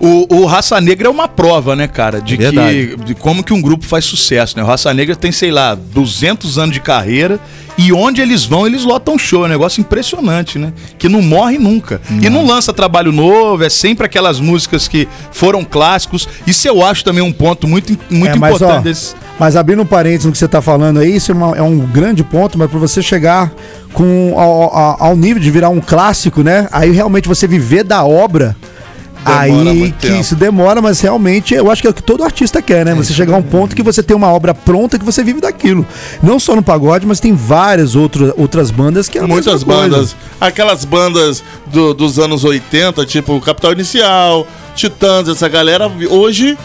Speaker 3: O, o Raça Negra é uma prova, né, cara? De,
Speaker 12: Verdade.
Speaker 3: que, de como que um grupo faz sucesso, né? O Raça Negra tem, sei lá, 200 anos de carreira E onde eles vão, eles lotam show. É um negócio impressionante, né? Que não morre nunca. E não lança trabalho novo, é sempre aquelas músicas que foram clássicos. Isso eu acho também um ponto muito, muito
Speaker 4: É, mas,
Speaker 3: importante
Speaker 4: ó,
Speaker 3: desse.
Speaker 4: Mas abrindo um parênteses no que você está falando aí, isso é, uma- é um grande ponto, mas para você chegar com, ao, ao- ao nível de virar um clássico, né? Aí realmente você viver da obra. aí que isso demora, mas realmente eu acho que é o que todo artista quer, né? Você chegar a um ponto que você tem uma obra pronta que você vive daquilo. Não só no pagode, mas tem várias outras, outras bandas que é a
Speaker 5: Muitas
Speaker 4: mesma coisa.
Speaker 5: bandas. Aquelas bandas do- dos anos 80, tipo Capital Inicial, Titãs, essa galera vi- hoje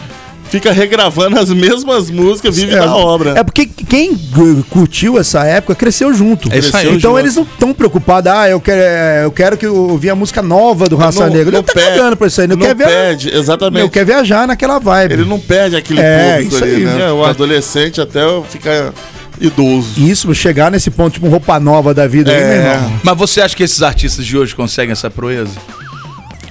Speaker 5: fica regravando as mesmas músicas, vive
Speaker 4: É,
Speaker 5: da obra.
Speaker 4: É porque quem g- curtiu essa época cresceu junto.
Speaker 5: É isso aí.
Speaker 4: Então
Speaker 5: Junto.
Speaker 4: eles não estão preocupados, ah, eu quero, é, eu quero que eu ouvir a música nova do Raça
Speaker 5: Não-
Speaker 4: Negra. Ele
Speaker 5: não
Speaker 4: não tá
Speaker 5: perde-
Speaker 4: cagando pra isso aí. Não,
Speaker 5: não
Speaker 4: quer ver- né?
Speaker 5: perde, exatamente.
Speaker 4: Não quer viajar naquela vibe.
Speaker 5: Ele não perde aquele
Speaker 4: É,
Speaker 5: público
Speaker 4: isso
Speaker 5: ali,
Speaker 4: aí.
Speaker 5: né? O adolescente até ficar idoso.
Speaker 4: Isso, chegar nesse ponto, tipo, roupa nova da vida aí,
Speaker 5: É.
Speaker 4: meu irmão.
Speaker 3: Mas você acha que esses artistas de hoje conseguem essa proeza?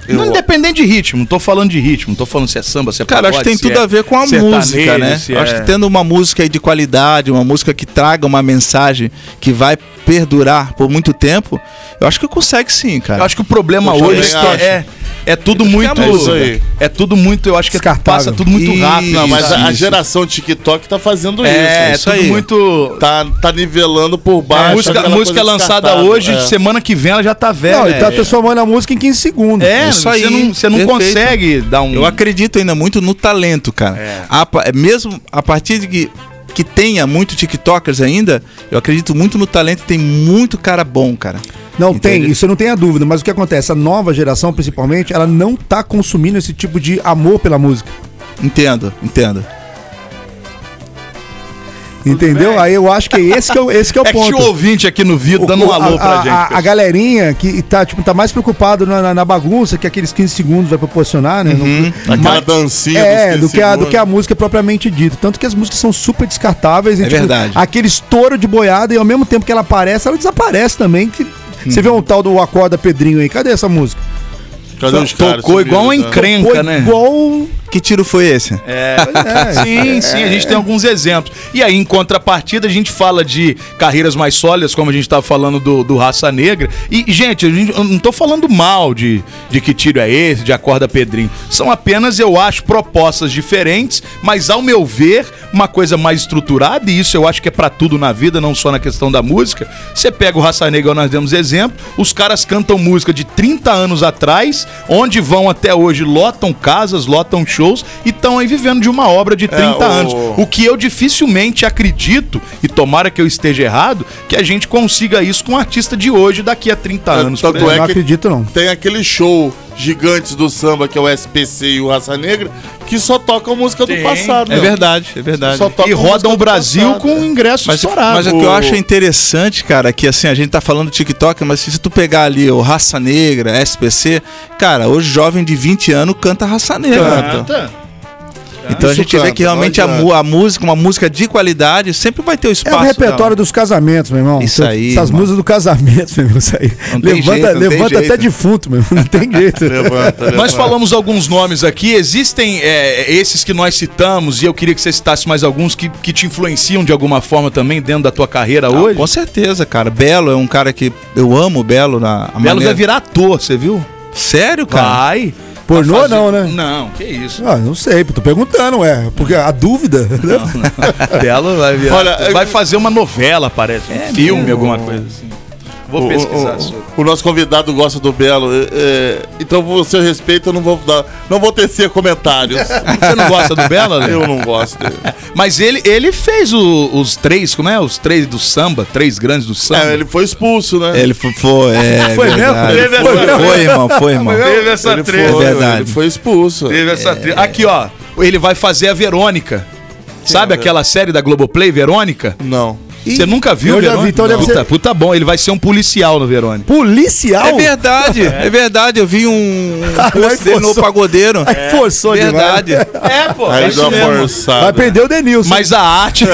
Speaker 3: Não, independente de ritmo, não tô falando de ritmo, não tô falando se é samba, se é
Speaker 12: Cara, acho que
Speaker 3: pagode,
Speaker 12: tem
Speaker 3: se
Speaker 12: tudo
Speaker 3: é
Speaker 12: a ver com a
Speaker 3: sertanejo,
Speaker 12: música, né?
Speaker 3: se é-
Speaker 12: Acho que tendo uma música aí de qualidade, uma música que traga uma mensagem que vai perdurar por muito tempo, eu acho que consegue sim, cara.
Speaker 3: Eu acho que o problema hoje é, é tudo muito.
Speaker 12: é isso aí.
Speaker 3: É tudo muito, eu acho que passa tudo muito rápido.
Speaker 5: Não, mas a- a
Speaker 3: Isso.
Speaker 5: geração TikTok tá fazendo isso.
Speaker 3: É,
Speaker 5: isso
Speaker 3: tudo muito.
Speaker 5: Tá, tá nivelando por baixo.
Speaker 3: A música,
Speaker 5: aquela
Speaker 3: música
Speaker 5: coisa
Speaker 3: lançada
Speaker 5: descartável,
Speaker 3: hoje,
Speaker 5: é.
Speaker 3: semana que vem ela já tá velha.
Speaker 4: não, ele tá
Speaker 3: É.
Speaker 4: transformando a música em 15 segundos.
Speaker 3: É, você não- você não consegue dar um-
Speaker 12: Eu acredito ainda muito no talento, cara. A pa- é mesmo a partir de que, que tenha muito TikTokers ainda, eu acredito muito no talento. Tem muito cara bom, cara.
Speaker 4: Não tem, isso eu não tenho a dúvida, mas o que acontece? A nova geração, principalmente, ela não tá consumindo esse tipo de amor pela música.
Speaker 12: Entendo, entendo.
Speaker 4: Entendeu? Aí eu acho que esse que é, o- esse que é o
Speaker 3: É que
Speaker 4: ponto.
Speaker 3: tinha um ouvinte aqui no vídeo dando um alô
Speaker 4: a,
Speaker 3: pra
Speaker 4: a-
Speaker 3: gente.
Speaker 4: A, a galerinha que tá, tipo, tá mais preocupado na, na- na bagunça que é aqueles 15 segundos vai proporcionar, né? Não-
Speaker 5: Aquela dancinha
Speaker 4: É,
Speaker 5: dos
Speaker 4: do
Speaker 5: 15
Speaker 4: que, a, do
Speaker 5: segundos.
Speaker 4: que a música é propriamente dita. Tanto que as músicas são super descartáveis. e, tipo,
Speaker 12: É verdade.
Speaker 4: Aquele estouro de boiada e ao mesmo tempo que ela aparece, ela desaparece também. que- Você vê um tal do Acorda Pedrinho aí, cadê essa música?
Speaker 5: Cadê os caras subindo, tá?
Speaker 4: Tocou Igual...
Speaker 12: né?
Speaker 4: um-
Speaker 12: Que tiro foi esse?
Speaker 3: É.
Speaker 12: Pois é.
Speaker 3: Sim, sim, a gente tem alguns exemplos. E aí, em contrapartida, a gente fala de carreiras mais sólidas, como a gente tava falando do, do Raça Negra. E, gente, a gente- eu não tô falando mal de, de que tiro é esse, de acorda Pedrinho. São apenas, eu acho, propostas diferentes, mas ao meu ver, uma coisa mais estruturada, e isso eu acho que é pra tudo na vida, não só na questão da música. Você pega o Raça Negra, nós demos exemplo, os caras cantam música de 30 anos atrás, onde vão até hoje, lotam casas, lotam shows e estão aí vivendo de uma obra de 30
Speaker 5: É, o-
Speaker 3: anos. O que eu dificilmente acredito, e tomara que eu esteja errado, que a gente consiga isso com um artista de hoje, daqui a 30 anos.
Speaker 5: tanto
Speaker 3: por exemplo.
Speaker 5: é que-
Speaker 4: Acredito não.
Speaker 5: Tem aquele show gigantes do samba, que é o SPC e o Raça Negra, que só tocam música do passado.
Speaker 12: É
Speaker 5: né?
Speaker 12: verdade, é verdade.
Speaker 5: Só toca
Speaker 3: E rodam o Brasil
Speaker 5: passado,
Speaker 3: com um ingresso
Speaker 12: Mas,
Speaker 3: estourado.
Speaker 12: mas o que eu acho é interessante, cara, que assim, a gente tá falando do TikTok, mas se tu pegar ali o Raça Negra, SPC, cara, hoje jovem de 20 anos canta Raça Negra. Então,
Speaker 3: Canta.
Speaker 12: então a
Speaker 4: Isso
Speaker 12: gente vê
Speaker 4: canta,
Speaker 12: que realmente
Speaker 4: não
Speaker 12: a, mu-
Speaker 4: adianta.
Speaker 12: a música, uma música de qualidade, sempre vai ter o
Speaker 4: É o
Speaker 12: espaço. né?
Speaker 4: repertório dos casamentos, meu irmão.
Speaker 12: Isso aí,
Speaker 4: Essas
Speaker 12: irmão.
Speaker 4: músicas do casamento, meu irmão. Isso aí.
Speaker 12: Não tem
Speaker 4: Levanta,
Speaker 12: jeito, não tem
Speaker 4: levanta até
Speaker 12: jeito.
Speaker 4: defunto, meu irmão. Não tem jeito.
Speaker 3: Nós
Speaker 5: né?
Speaker 3: falamos alguns nomes aqui, existem é, esses que nós citamos, e eu queria que você citasse mais alguns que, que te influenciam de alguma forma também dentro da tua carreira
Speaker 12: Ah,
Speaker 3: hoje.
Speaker 12: Com certeza, cara. Belo é um cara que eu amo o Belo na a
Speaker 3: Belo vai virar ator, você viu?
Speaker 12: Sério, cara?
Speaker 3: Vai.
Speaker 4: Pornô
Speaker 3: Tá fazendo-
Speaker 4: não, né?
Speaker 3: Não, que isso.
Speaker 4: Ah, não sei, tô perguntando, ué. Porque a dúvida. né?
Speaker 3: Belo vai virar.
Speaker 5: Olha,
Speaker 3: ator.
Speaker 5: eu-
Speaker 3: vai fazer uma novela, parece. um filme,
Speaker 5: mesmo?
Speaker 3: alguma coisa assim. Vou
Speaker 5: O-
Speaker 3: pesquisar
Speaker 5: o,
Speaker 3: sobre.
Speaker 5: o, o nosso convidado gosta do Belo, é, é, então o seu respeito eu não vou dar, não vou tecer comentários.
Speaker 3: Você não gosta do Belo, Ale?
Speaker 5: Eu não gosto dele.
Speaker 3: Mas ele, ele fez o- os três, como é? Os três do samba, três grandes do samba.
Speaker 5: É, ele foi expulso, né?
Speaker 12: Ele foi. foi é,
Speaker 3: Foi mesmo?
Speaker 12: verdade.
Speaker 3: Teve
Speaker 12: Foi,
Speaker 3: essa-
Speaker 12: foi, irmão, foi, irmão.
Speaker 3: Teve essa
Speaker 12: Ele
Speaker 3: treta.
Speaker 12: Foi, é verdade.
Speaker 5: Ele foi expulso.
Speaker 3: Teve essa trilha. Aqui, ó. Ele vai fazer a Verônica.
Speaker 4: é
Speaker 3: Sabe aquela série da Globoplay, Verônica?
Speaker 5: Não.
Speaker 3: Você nunca viu,
Speaker 4: eu já vi,
Speaker 3: Verônica?
Speaker 4: então deve
Speaker 3: puta,
Speaker 4: ser-
Speaker 3: puta bom, ele vai ser um policial no Verônica.
Speaker 4: Policial?
Speaker 12: É verdade, é verdade. Eu vi um
Speaker 4: Aí
Speaker 12: post dele no
Speaker 4: forçou.
Speaker 12: pagodeiro.
Speaker 4: Aí forçou
Speaker 12: verdade.
Speaker 4: demais.
Speaker 3: É, pô.
Speaker 5: Aí deu uma
Speaker 4: Vai
Speaker 5: forçada.
Speaker 4: prender o Denilson.
Speaker 3: Mas a arte.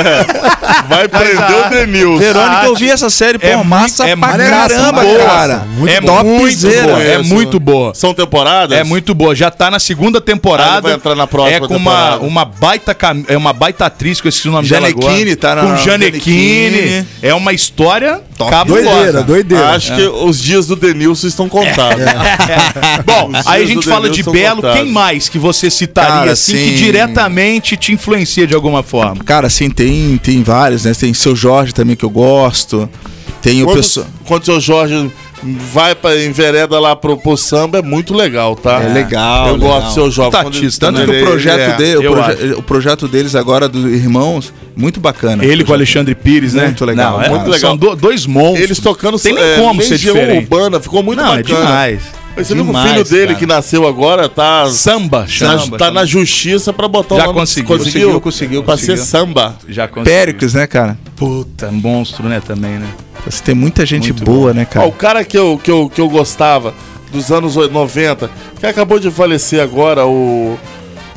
Speaker 5: Vai prender o Denilson.
Speaker 12: Verônica, eu vi essa série, pô, massa
Speaker 3: é
Speaker 12: pra
Speaker 3: maravilhosa,
Speaker 12: caramba,
Speaker 3: boa.
Speaker 12: cara.
Speaker 3: é
Speaker 12: top
Speaker 3: muito boa. É
Speaker 5: Isso.
Speaker 3: muito boa.
Speaker 5: São temporadas?
Speaker 3: É muito boa. Já tá na segunda temporada.
Speaker 5: Ah, ele vai entrar na próxima
Speaker 3: É com uma,
Speaker 5: temporada.
Speaker 3: uma baita cam- é uma baita atriz que eu esqueci o nome dela agora.
Speaker 12: Janequine, tá na-
Speaker 3: Com Janequine, Mancini. É uma história cabulosa.
Speaker 5: Doideira, doideira. Acho
Speaker 3: É.
Speaker 5: que os dias do Denilson estão contados.
Speaker 3: Bom, aí
Speaker 5: Os
Speaker 3: a
Speaker 5: dias
Speaker 3: gente
Speaker 5: do
Speaker 3: fala de
Speaker 5: Denilson
Speaker 3: Belo.
Speaker 5: contados.
Speaker 3: Quem mais que você citaria
Speaker 12: Cara,
Speaker 3: assim
Speaker 12: sim.
Speaker 3: que diretamente te influencia de alguma forma?
Speaker 12: Cara, assim, tem, tem vários, né? Tem seu Jorge também que eu gosto. Tem o
Speaker 5: Quando,
Speaker 12: pessoal.
Speaker 5: quando o seu Jorge vai pra envereda lá pro, pro samba, é muito legal, tá?
Speaker 12: É legal.
Speaker 5: Eu
Speaker 12: legal.
Speaker 5: gosto do seu
Speaker 3: Tá,
Speaker 5: Jorge. Quando ele-
Speaker 12: Tanto que
Speaker 5: quando
Speaker 12: o projeto,
Speaker 5: ele- é,
Speaker 12: dele, o,
Speaker 5: eu
Speaker 12: proje-
Speaker 5: acho.
Speaker 12: o projeto deles agora do Irmãos, muito bacana.
Speaker 3: Ele com o Alexandre Pires, né?
Speaker 12: Muito legal.
Speaker 3: Não, é-
Speaker 12: muito legal.
Speaker 3: São do- dois monstros.
Speaker 5: Eles tocando
Speaker 3: Tem nem
Speaker 5: é,
Speaker 3: como ser
Speaker 5: Legião
Speaker 3: diferente.
Speaker 5: urbana, ficou muito
Speaker 3: Não, é
Speaker 5: bacana.
Speaker 3: demais.
Speaker 5: Você viu que o
Speaker 3: Demais,
Speaker 5: filho dele
Speaker 3: cara.
Speaker 5: que nasceu agora tá.
Speaker 3: Samba,
Speaker 5: na,
Speaker 3: samba,
Speaker 5: Tá
Speaker 3: samba.
Speaker 5: na justiça pra botar
Speaker 3: Já
Speaker 5: o nome.
Speaker 3: conseguiu,
Speaker 5: Conseguiu,
Speaker 3: conseguiu, conseguiu,
Speaker 5: Pra
Speaker 3: conseguiu.
Speaker 5: ser samba.
Speaker 3: Já conseguiu.
Speaker 12: Péricles, né, cara?
Speaker 3: Puta, monstro, né, também, né?
Speaker 12: Você tem muita gente boa, né,
Speaker 3: É.
Speaker 5: Ó,
Speaker 12: cara?
Speaker 5: o cara que eu, que, eu, que eu gostava dos anos 90, que acabou de falecer agora, o.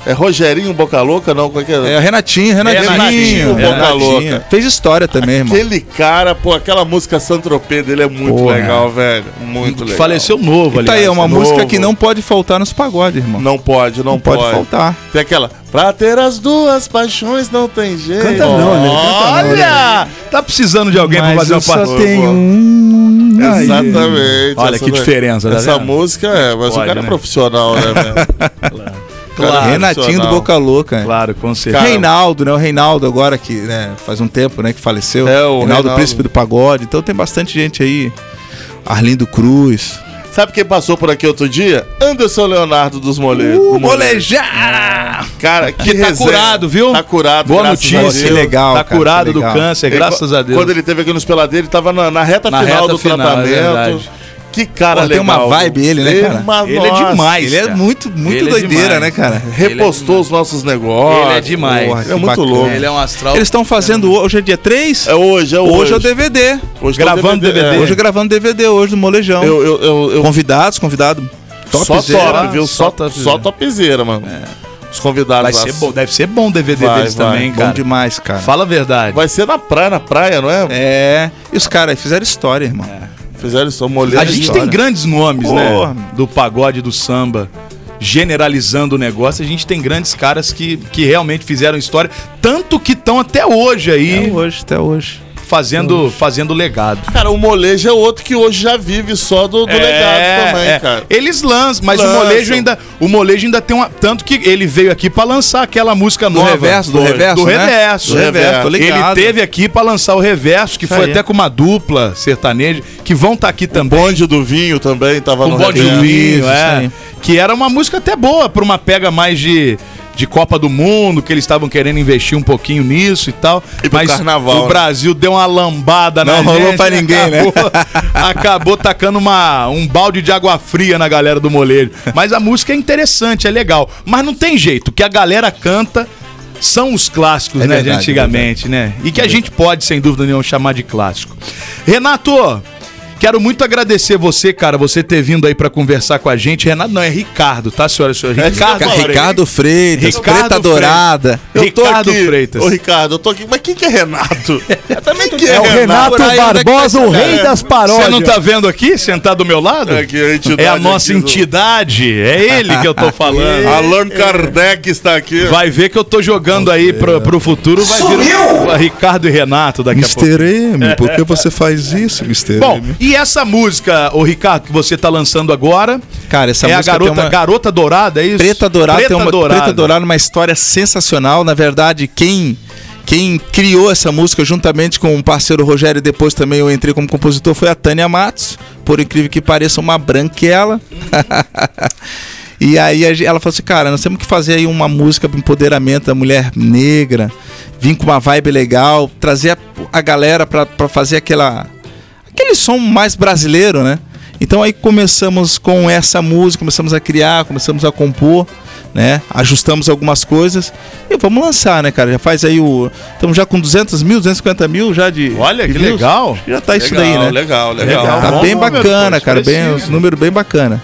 Speaker 5: É Rogerinho Boca Louca, não? Qual que
Speaker 12: É, Renatinho, Renatinho.
Speaker 5: Renatinho,
Speaker 3: é
Speaker 5: Boca
Speaker 12: Renatinho.
Speaker 5: Louca.
Speaker 12: Fez história também, irmão.
Speaker 5: Aquele cara, pô, aquela música Santropê dele é muito
Speaker 12: Porra.
Speaker 5: legal, velho. Muito legal.
Speaker 12: Faleceu novo,
Speaker 5: ali.
Speaker 12: Tá aí, é uma música que não pode faltar nos pagodes, irmão.
Speaker 5: Não pode, não,
Speaker 12: pode faltar.
Speaker 5: Tem aquela. Pra ter as duas paixões não tem jeito.
Speaker 12: Canta não, né?
Speaker 3: Olha! Tá precisando de alguém pra
Speaker 5: Mas
Speaker 3: fazer
Speaker 5: eu
Speaker 3: uma
Speaker 5: só
Speaker 3: parte.
Speaker 5: tenho
Speaker 12: um.
Speaker 5: Exatamente.
Speaker 3: Olha
Speaker 5: Essa
Speaker 3: que
Speaker 5: daí-
Speaker 3: diferença, tá
Speaker 5: Essa
Speaker 3: vendo?
Speaker 5: música é, mas o
Speaker 3: Pode,
Speaker 5: cara é
Speaker 3: né?
Speaker 5: profissional, né, velho?
Speaker 12: Claro, Renatinho do Boca Louca. né?
Speaker 3: Claro, com certeza.
Speaker 12: Cara, Reinaldo, né? O Reinaldo agora que né, faz um tempo né, que faleceu.
Speaker 5: É, o
Speaker 12: Reinaldo,
Speaker 5: Reinaldo.
Speaker 12: Príncipe do Pagode. Então tem bastante gente aí. Arlindo Cruz.
Speaker 5: Sabe quem passou por aqui outro dia? Anderson Leonardo dos Moleiros.
Speaker 12: Uh,
Speaker 5: Cara, que
Speaker 3: Que tá
Speaker 5: resenha.
Speaker 3: curado, viu?
Speaker 5: Tá curado,
Speaker 3: Boa
Speaker 5: graças
Speaker 3: notícia.
Speaker 5: a Deus.
Speaker 3: Que legal, Tá cara, curado que legal. do câncer,
Speaker 5: Ele-
Speaker 3: graças a Deus.
Speaker 5: Quando ele teve aqui nos peladeiros, ele tava na, na reta
Speaker 3: Na
Speaker 5: final
Speaker 3: reta
Speaker 5: do
Speaker 3: final, é
Speaker 5: tratamento.
Speaker 3: verdade.
Speaker 5: que cara
Speaker 12: Pô, tem
Speaker 5: legal.
Speaker 12: uma vibe ele, né,
Speaker 5: Ele-
Speaker 12: cara?
Speaker 5: uma-
Speaker 12: Ele é
Speaker 5: nossa.
Speaker 12: demais, Ele é cara. muito- muito Ele é doideira, demais. né, cara?
Speaker 5: Repostou os nossos negócios.
Speaker 12: Ele é demais.
Speaker 5: Porra,
Speaker 12: Que
Speaker 5: é muito
Speaker 12: bacana.
Speaker 5: louco.
Speaker 12: Ele é um
Speaker 3: astral.
Speaker 12: Eles estão fazendo hoje é dia 3?
Speaker 5: É hoje, é hoje.
Speaker 12: Hoje é o DVD.
Speaker 5: Hoje tá o
Speaker 12: gravando DVD.
Speaker 5: DVD, é.
Speaker 12: Hoje gravando DVD hoje do Molejão.
Speaker 5: Eu- eu- eu- eu-
Speaker 12: Convidados, convidado.
Speaker 5: só
Speaker 12: topzera.
Speaker 5: top, viu? Só, só topzera, mano. Os convidados
Speaker 12: Vai ser
Speaker 5: lá.
Speaker 12: bom,
Speaker 3: deve ser bom o DVD
Speaker 5: Vai,
Speaker 12: deles
Speaker 5: vai.
Speaker 12: também,
Speaker 5: Bom
Speaker 12: cara. demais, cara.
Speaker 3: Fala a verdade.
Speaker 5: Vai ser na praia, na praia, não é?
Speaker 12: É. E os caras fizeram história, irmão.
Speaker 5: Fizeram só molhando.
Speaker 3: A gente tem grandes nomes,
Speaker 12: Porra.
Speaker 3: né? Do pagode, do samba. Generalizando o negócio, a gente tem grandes caras que, que realmente fizeram história, tanto que estão até hoje aí. Até
Speaker 12: hoje, até hoje.
Speaker 3: Fazendo, fazendo legado.
Speaker 5: Cara, o molejo é outro que hoje já vive só do, do
Speaker 3: É,
Speaker 5: legado também,
Speaker 3: é.
Speaker 5: cara.
Speaker 3: Eles lançam, mas
Speaker 5: Lançam.
Speaker 3: o molejo ainda, o molejo ainda tem uma, tanto que ele veio aqui pra lançar aquela música
Speaker 12: Do
Speaker 3: nova.
Speaker 12: reverso, do
Speaker 3: Foi.
Speaker 12: reverso,
Speaker 3: do
Speaker 12: né?
Speaker 3: reverso, é.
Speaker 12: Do reverso, tô
Speaker 3: Ele
Speaker 12: ligado.
Speaker 3: teve aqui pra lançar o reverso, que
Speaker 12: Isso
Speaker 3: foi
Speaker 12: aí.
Speaker 3: até com uma dupla sertaneja que vão estar aqui também.
Speaker 5: O bonde do vinho também tava
Speaker 3: O
Speaker 5: no
Speaker 3: bode
Speaker 5: reverso.
Speaker 3: do vinho,
Speaker 5: Isso,
Speaker 3: é.
Speaker 5: isso aí.
Speaker 3: Que era uma música até boa pra uma pega mais de de Copa do Mundo, que eles estavam querendo investir um pouquinho nisso e tal.
Speaker 5: E pro
Speaker 3: mas
Speaker 5: carnaval,
Speaker 3: o
Speaker 5: né?
Speaker 3: Brasil deu uma lambada na
Speaker 12: Não rolou
Speaker 3: gente,
Speaker 12: pra ninguém, né?
Speaker 3: acabou, Acabou tacando uma, um balde de água fria na galera do molejo. Mas a música é interessante, é legal. Mas não tem jeito, o que a galera canta são os clássicos,
Speaker 12: É
Speaker 3: né, de
Speaker 12: verdade,
Speaker 3: antigamente, né? E que a gente pode, sem dúvida nenhuma, chamar de clássico. Renato, quero muito agradecer você, cara, você ter vindo aí pra conversar com a gente. Renato não, é Ricardo, tá, senhora? senhora? Ricardo,
Speaker 12: Ricardo, Ricardo Freitas,
Speaker 3: Ricardo
Speaker 12: Preta
Speaker 3: Freitas.
Speaker 12: Dourada.
Speaker 5: Eu tô
Speaker 3: Ricardo
Speaker 5: aqui.
Speaker 3: Freitas.
Speaker 5: Ô, Ricardo, eu tô aqui. Mas quem que é Renato? Eu também que
Speaker 4: É o Renato
Speaker 5: Por aí, onde é que
Speaker 4: Barbosa,
Speaker 5: tá
Speaker 4: o
Speaker 5: esse
Speaker 4: rei
Speaker 5: cara?
Speaker 4: das paródias.
Speaker 3: Você não tá vendo aqui, sentado do meu lado?
Speaker 5: É, que a entidade
Speaker 3: é a nossa
Speaker 5: aqui do-
Speaker 3: entidade, é ele que eu tô falando.
Speaker 5: Allan Kardec está aqui.
Speaker 3: Vai ver que eu tô jogando aí pro, pro futuro, vai vir o- o Ricardo e Renato daqui a pouco.
Speaker 12: Mister M, por que você faz isso, Mister
Speaker 3: Bom,
Speaker 12: M?
Speaker 3: e essa música, o Ricardo, que você tá lançando agora?
Speaker 12: Cara, essa
Speaker 3: é
Speaker 12: música
Speaker 3: a garota,
Speaker 12: tem uma-
Speaker 3: garota dourada, é isso?
Speaker 12: Preta Dourada
Speaker 3: Preta
Speaker 12: tem uma
Speaker 3: dourada.
Speaker 12: Preta Dourada uma história sensacional. Na verdade, quem quem criou essa música juntamente com o parceiro Rogério e depois também eu entrei como compositor foi a Tânia Matos, por incrível que pareça, uma branquela. E aí a gen- ela falou assim, cara, nós temos que fazer aí uma música para empoderamento da mulher negra, vir com uma vibe legal, trazer a, a galera para fazer aquela aquele som mais brasileiro, né? Então aí começamos com essa música, começamos a criar, começamos a compor, né? Ajustamos algumas coisas e vamos lançar, né, cara? Já faz aí o... Estamos já com 200 mil, 250 mil já de...
Speaker 3: Olha,
Speaker 12: de
Speaker 3: que
Speaker 12: views.
Speaker 3: legal.
Speaker 12: Já tá isso
Speaker 5: Legal,
Speaker 12: daí, né?
Speaker 5: legal, legal.
Speaker 12: Tá
Speaker 5: Bom
Speaker 12: bem
Speaker 5: número,
Speaker 12: bacana,
Speaker 5: pô,
Speaker 12: cara. Bem,
Speaker 5: expressivo.
Speaker 12: os números bem bacana.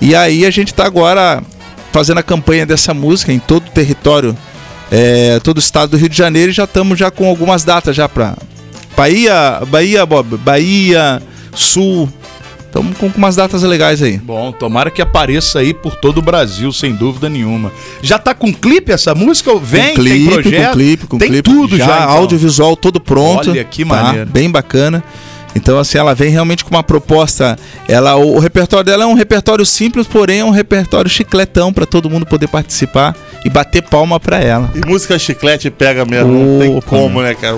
Speaker 12: E aí a gente tá agora fazendo a campanha dessa música em todo o território, é, todo o estado do Rio de Janeiro e já estamos já com algumas datas já pra Bahia, Bahia, Bob, Bahia, Sul. Então Estamos com umas datas legais aí.
Speaker 3: Bom, tomara que apareça aí por todo o Brasil, sem dúvida nenhuma. Já tá com clipe essa música? Vem,
Speaker 12: com
Speaker 3: tem
Speaker 12: clipe,
Speaker 3: projeto?
Speaker 12: com clipe, com
Speaker 3: tem
Speaker 12: clipe.
Speaker 3: tudo já, então.
Speaker 12: audiovisual todo pronto.
Speaker 3: Olha, que
Speaker 12: tá?
Speaker 3: maneiro.
Speaker 12: Bem bacana. Então, assim, ela vem realmente com uma proposta. Ela, o, o repertório dela é um repertório simples, porém é um repertório chicletão para todo mundo poder participar e bater palma para ela.
Speaker 5: E música chiclete pega mesmo, não tem como, né, cara?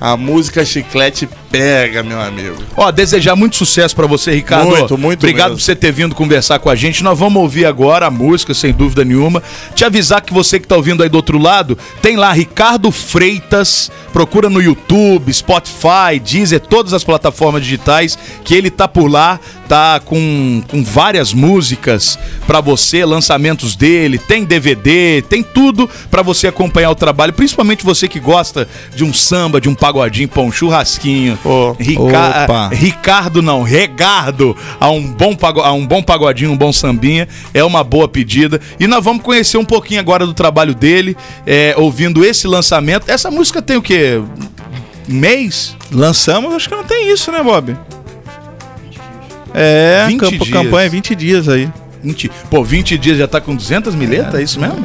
Speaker 5: A música chiclete pega, meu amigo.
Speaker 3: Ó, desejar muito sucesso pra você, Ricardo.
Speaker 5: Muito, muito
Speaker 3: Obrigado
Speaker 5: mesmo.
Speaker 3: por você ter vindo conversar com a gente. Nós vamos ouvir agora a música, sem dúvida nenhuma. Te avisar que você que tá ouvindo aí do outro lado, tem lá Ricardo Freitas. Procura no YouTube, Spotify, Deezer, todas as plataformas digitais que ele tá por lá, tá com, com várias músicas pra você, lançamentos dele, tem DVD, tem tudo pra você acompanhar o trabalho, principalmente você que gosta de um samba, de um pagodinho, pão, um churrasquinho. Rica-
Speaker 12: Opa.
Speaker 3: Ricardo não, Regardo a um, bom pago- a um bom pagodinho, um bom sambinha, é uma boa pedida. E nós vamos conhecer um pouquinho agora do trabalho dele, é, ouvindo esse lançamento. Essa música tem o quê? Um Mês?
Speaker 12: Lançamos, acho que não tem isso, né, Bob? É,
Speaker 3: 20
Speaker 12: campo-
Speaker 3: dias.
Speaker 12: campanha 20 dias aí.
Speaker 3: 20, pô, 20 dias já tá com 200 miletas, é, isso mesmo?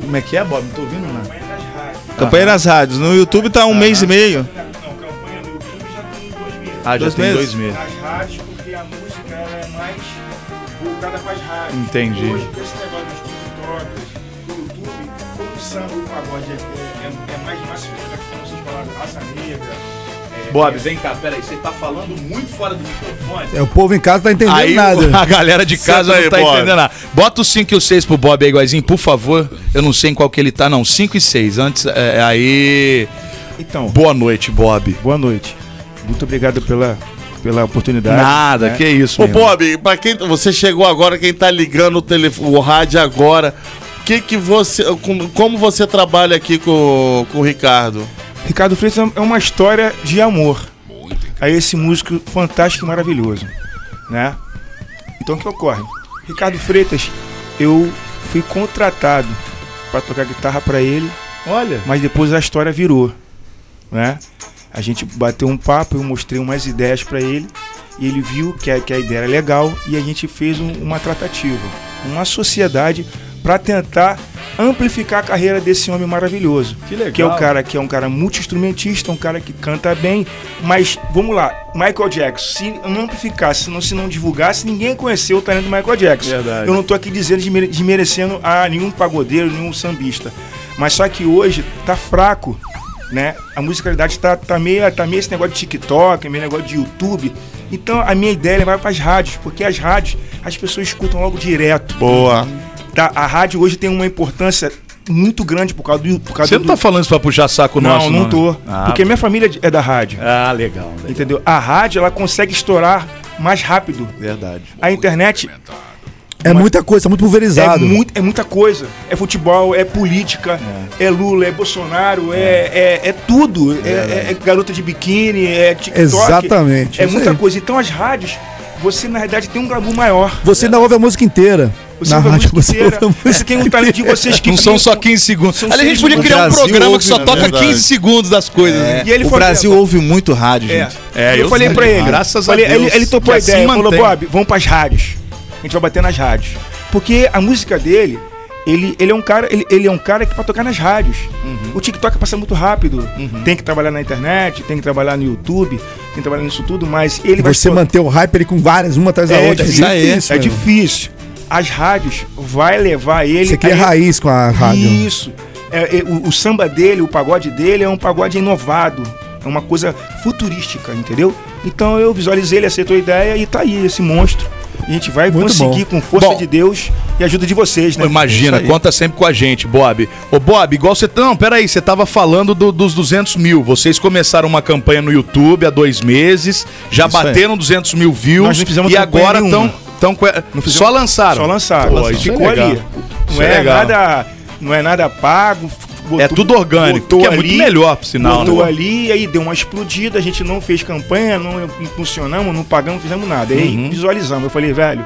Speaker 3: Como é que é, Bob? Não tô ouvindo nada.
Speaker 12: Campanha nas rádios. No YouTube tá um mês e meio.
Speaker 3: Ah, já
Speaker 12: Dois
Speaker 3: tem
Speaker 12: meses?
Speaker 3: dois meses.
Speaker 13: As rádios, É porque a música ela é mais voltada para as rádios.
Speaker 3: Entendi.
Speaker 13: Hoje, com esse negócio dos TikToks, do YouTube, como o samba e o pagode é, é, é mais massificado, como vocês falaram, raça negra. é-
Speaker 3: Bob, vem cá, peraí, você tá falando muito fora do microfone.
Speaker 4: É, o povo em casa tá entendendo
Speaker 3: aí
Speaker 4: nada.
Speaker 3: a galera de casa
Speaker 4: Senta
Speaker 3: não
Speaker 4: aí,
Speaker 3: tá
Speaker 4: Bob.
Speaker 3: entendendo nada. Bota os 5 e os 6 pro Bob aí, igualzinho, por favor. Eu não sei em qual que ele tá, não. 5 e 6. Antes, é, aí.
Speaker 13: Então.
Speaker 3: Boa noite, Bob.
Speaker 13: Boa noite. Muito obrigado pela, pela oportunidade. né?
Speaker 5: Ô, Bob, pra quem você chegou agora, quem tá ligando o, telefone, o rádio agora, que que você, como, como você trabalha aqui com, com o Ricardo?
Speaker 13: Ricardo Freitas é uma história de amor a esse músico fantástico e maravilhoso, né? Então o que ocorre? Ricardo Freitas, eu fui contratado para tocar guitarra para ele.
Speaker 3: Olha.
Speaker 13: Mas depois a história virou, né? A gente bateu um papo, eu mostrei umas ideias para ele e ele viu que a, que a ideia era legal e a gente fez um- uma tratativa, uma sociedade para tentar amplificar a carreira desse homem maravilhoso.
Speaker 3: Que legal.
Speaker 13: Que é o cara que é um cara multi-instrumentista, um cara que canta bem, mas vamos lá, Michael Jackson, se não amplificasse, se não, se não divulgasse, ninguém conheceu o talento do Michael Jackson.
Speaker 3: Verdade.
Speaker 13: Eu não tô aqui dizendo desmere- desmerecendo a nenhum pagodeiro, nenhum sambista. Mas só que hoje tá fraco, né? A musicalidade tá, tá, meio, tá meio esse negócio de TikTok, meio negócio de YouTube. Então a minha ideia é levar para as rádios, porque as rádios as pessoas escutam logo direto.
Speaker 5: Boa.
Speaker 13: Tá? A rádio hoje tem uma importância muito grande por causa do. Por causa
Speaker 3: Você não
Speaker 13: do-
Speaker 3: tá falando isso pra puxar saco
Speaker 13: não,
Speaker 3: nosso,
Speaker 13: não, tô.
Speaker 3: Ah,
Speaker 13: porque minha família é da rádio.
Speaker 3: Ah, legal.
Speaker 13: Entendeu? A rádio ela consegue estourar mais rápido.
Speaker 3: Verdade.
Speaker 13: A internet
Speaker 4: É muita coisa, tá muito pulverizado.
Speaker 13: é, muito, é muita coisa. É futebol, é política, é, Lula, é Bolsonaro, é, é, é tudo. É, é- é garota de biquíni, é TikTok.
Speaker 4: Exatamente,
Speaker 13: É
Speaker 4: isso
Speaker 13: muita
Speaker 4: aí.
Speaker 13: coisa. Então as rádios, você na realidade tem um glamour maior.
Speaker 4: Você ainda ouve a música inteira.
Speaker 13: Você
Speaker 4: Na
Speaker 13: ouve a
Speaker 4: rádio
Speaker 13: música
Speaker 4: você
Speaker 13: inteira,
Speaker 4: ouve a música
Speaker 13: você tem um talento de vocês que um-
Speaker 3: Não são só 15 segundos.
Speaker 13: São
Speaker 3: Aliás, a gente
Speaker 13: seis
Speaker 3: podia
Speaker 13: minutos.
Speaker 3: criar um
Speaker 13: Brasil
Speaker 3: programa que só
Speaker 13: ouve, na
Speaker 3: toca
Speaker 13: verdade. É.
Speaker 3: 15 segundos das coisas. né?
Speaker 13: E ele
Speaker 12: o
Speaker 13: foi-
Speaker 12: Brasil ouve muito rádio,
Speaker 13: É.
Speaker 12: gente.
Speaker 13: eu, falei pra ele. falei, Ele, ele topou a assim
Speaker 12: Já se
Speaker 13: ideia. Falou,
Speaker 12: mantém.
Speaker 13: Bob, vamos pras rádios. A gente vai bater nas rádios. Porque a música dele, ele, ele é um cara, ele, ele é um cara que pra tocar nas rádios. O TikTok passa muito rápido. Tem que trabalhar na internet, tem que trabalhar no YouTube, tem que trabalhar nisso tudo, mas ele vai
Speaker 4: Você manter o hype ali com várias, uma atrás da
Speaker 13: é
Speaker 4: outra.
Speaker 13: difícil,
Speaker 4: difícil,
Speaker 13: é
Speaker 4: né?
Speaker 13: difícil. As rádios vai levar ele.
Speaker 4: Você cria
Speaker 13: a-
Speaker 4: raiz com a rádio.
Speaker 13: Isso. É, é, o, o samba dele, o pagode dele é um pagode inovado. É uma coisa futurística, entendeu? Então eu visualizei, ele aceitou a ideia e tá aí esse monstro. E a gente vai
Speaker 3: Muito
Speaker 13: conseguir
Speaker 3: bom.
Speaker 13: com força
Speaker 3: Bom.
Speaker 13: de Deus e ajuda de vocês, né?
Speaker 3: Imagina,
Speaker 13: Isso aí.
Speaker 3: conta sempre com a gente, Bob. Ô, Bob, igual você. Não, peraí, você tava falando do- dos 200 mil. Vocês começaram uma campanha no YouTube há dois meses, já
Speaker 13: Isso aí.
Speaker 3: bateram 200 mil views
Speaker 13: Nós não fizemos
Speaker 3: e
Speaker 13: campanha
Speaker 3: agora
Speaker 13: nenhuma.
Speaker 3: estão. Tão, com-
Speaker 13: fizemos-
Speaker 3: só lançaram.
Speaker 13: Só lançaram.
Speaker 3: Pô, isso
Speaker 13: Ficou
Speaker 3: é legal.
Speaker 13: ali.
Speaker 3: Isso
Speaker 13: Não é,
Speaker 3: é legal.
Speaker 13: nada, não é nada pago.
Speaker 3: É tudo orgânico,
Speaker 13: botou
Speaker 3: que é muito melhor, por sinal,
Speaker 13: Botou
Speaker 3: né?
Speaker 13: ali, aí deu uma explodida, a gente não fez campanha, não impulsionamos, não pagamos, não fizemos nada. Aí
Speaker 3: Uhum.
Speaker 13: visualizamos. Eu falei, velho,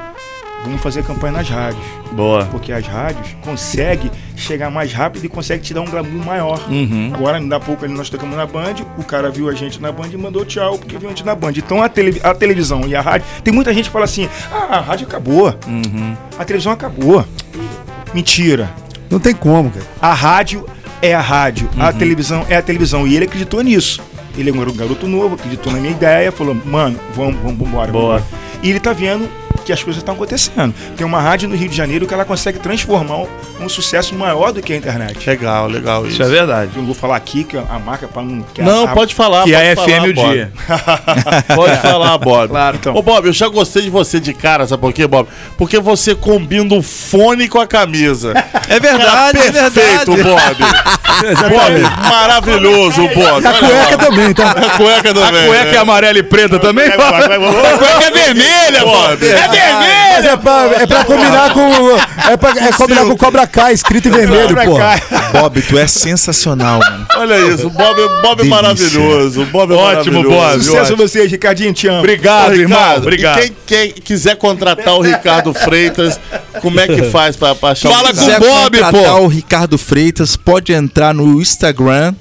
Speaker 13: Vamos fazer campanha nas rádios.
Speaker 3: Boa.
Speaker 13: Porque as rádios conseguem chegar mais rápido e conseguem te dar um glamour maior.
Speaker 3: Uhum.
Speaker 13: Agora, ainda há pouco, ali nós tocamos na Band, o cara viu a gente na Band e mandou tchau porque viu a gente na Band. Então, a, tele- a televisão e a rádio... Tem muita gente que fala assim, ah, a rádio acabou,
Speaker 3: Uhum.
Speaker 13: a televisão acabou. Mentira.
Speaker 4: Não tem como, cara.
Speaker 13: A rádio é a rádio,
Speaker 3: Uhum.
Speaker 13: a televisão é a televisão. E ele acreditou nisso. Ele era um garoto novo, acreditou na minha ideia, falou, mano, vamos, vamos, vambora.
Speaker 3: Boa.
Speaker 13: vambora." E ele tá vendo que as coisas estão acontecendo. Tem uma rádio no Rio de Janeiro que ela consegue transformar um, um sucesso maior do que a internet.
Speaker 5: Legal, legal
Speaker 3: isso. Isso é verdade.
Speaker 13: Eu não vou falar aqui que a marca para não. que
Speaker 5: Não,
Speaker 13: a-
Speaker 5: pode falar.
Speaker 13: Que
Speaker 5: pode
Speaker 3: é
Speaker 13: a
Speaker 5: falar,
Speaker 13: FM o
Speaker 5: Bob.
Speaker 13: dia.
Speaker 5: Ah, pode falar, Bob.
Speaker 13: Claro, então.
Speaker 5: Ô, Bob, eu já gostei de você de cara, sabe por quê, Bob? Porque você combina o fone com a camisa.
Speaker 12: É verdade, é
Speaker 5: perfeito,
Speaker 12: verdade.
Speaker 5: Bob. Bob, maravilhoso, o Bob.
Speaker 3: E a cueca
Speaker 4: também, tá?
Speaker 5: A cueca né? também.
Speaker 3: A cueca é amarela e preta também? A cueca é vermelha, Bob. É vermelha.
Speaker 4: Mas é pra, é pra combinar com. É pra é combinar com Cobra K, escrito em vermelho,
Speaker 5: Cobra
Speaker 4: pô.
Speaker 5: Kai.
Speaker 12: Bob, tu é sensacional, mano.
Speaker 5: Olha isso, o Bob, é- Bob é
Speaker 12: Delícia.
Speaker 5: maravilhoso. o Bob é
Speaker 12: Ótimo,
Speaker 5: maravilhoso.
Speaker 12: Bob,
Speaker 13: Sucesso a vocês, Ricardinho, te amo.
Speaker 5: Ô, Ricardo, e
Speaker 13: Obrigado.
Speaker 5: quem, quem quiser contratar o Ricardo Freitas, como é que faz pra, pra achar o
Speaker 12: quiser
Speaker 5: Ricardo?
Speaker 12: é contratar o Ricardo Freitas, pode entrar no Instagram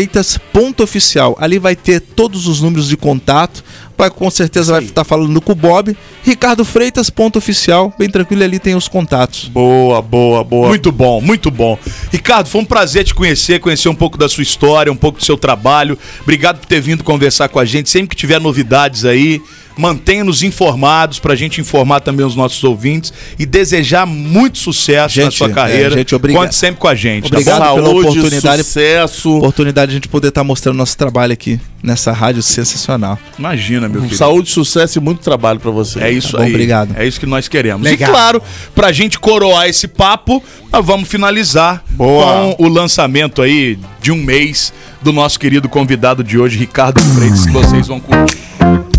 Speaker 12: ricardofreitas.oficial. Ali vai ter todos os números de contato. Vai, com certeza vai estar tá falando com o Bob. ricardofreitas.oficial. Bem tranquilo, ali tem os contatos.
Speaker 5: Boa, boa, boa.
Speaker 3: Muito bom, muito bom. Ricardo, foi um prazer te conhecer, conhecer um pouco da sua história, um pouco do seu trabalho. Obrigado por ter vindo conversar com a gente. Sempre que tiver novidades aí, mantenha-nos informados pra gente informar também os nossos ouvintes e desejar muito sucesso na
Speaker 12: Gente,
Speaker 3: sua
Speaker 12: é,
Speaker 3: carreira.
Speaker 12: gente, obrigado.
Speaker 3: Conte sempre com a gente. tá
Speaker 12: Obrigado
Speaker 3: bom?
Speaker 12: pela
Speaker 3: Saúde,
Speaker 12: oportunidade,
Speaker 3: sucesso.
Speaker 12: oportunidade de a gente poder estar mostrando nosso trabalho aqui nessa rádio sensacional.
Speaker 3: Imagina, meu querido.
Speaker 5: Saúde, sucesso e muito trabalho pra você.
Speaker 3: É isso
Speaker 12: Tá bom,
Speaker 3: aí.
Speaker 12: obrigado.
Speaker 3: É isso que nós queremos.
Speaker 12: Legal.
Speaker 3: E claro, pra gente coroar esse papo, nós vamos finalizar
Speaker 5: Boa.
Speaker 3: com o lançamento aí de um mês do nosso querido convidado de hoje, Ricardo Freitas, que vocês vão curtir.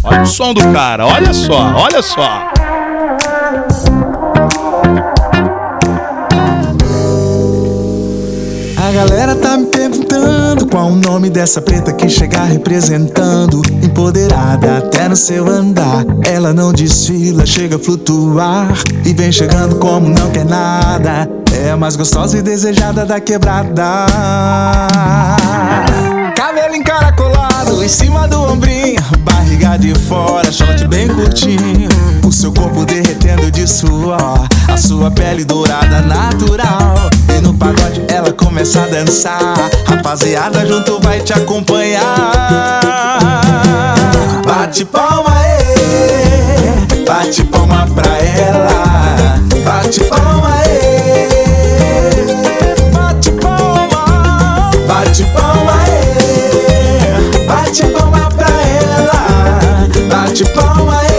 Speaker 3: Olha o som do cara, olha só, olha só.
Speaker 14: A galera tá me perguntando qual o nome dessa preta que chega representando. Empoderada até no seu andar. Ela não desfila, chega a flutuar. E vem chegando como não quer nada. É a mais gostosa e desejada da quebrada. Cabelo encaracolado em cima do ombrinho. Barriga de fora, short bem curtinho. O seu corpo derretendo de suor. A sua pele dourada natural. E no pagode ela começa a dançar. Rapaziada, junto vai te acompanhar. Bate palma, ê, bate palma pra ela. Bate palma, ê, bate palma, bate palma, ê, bate palma pra ela. Bate palma, ê.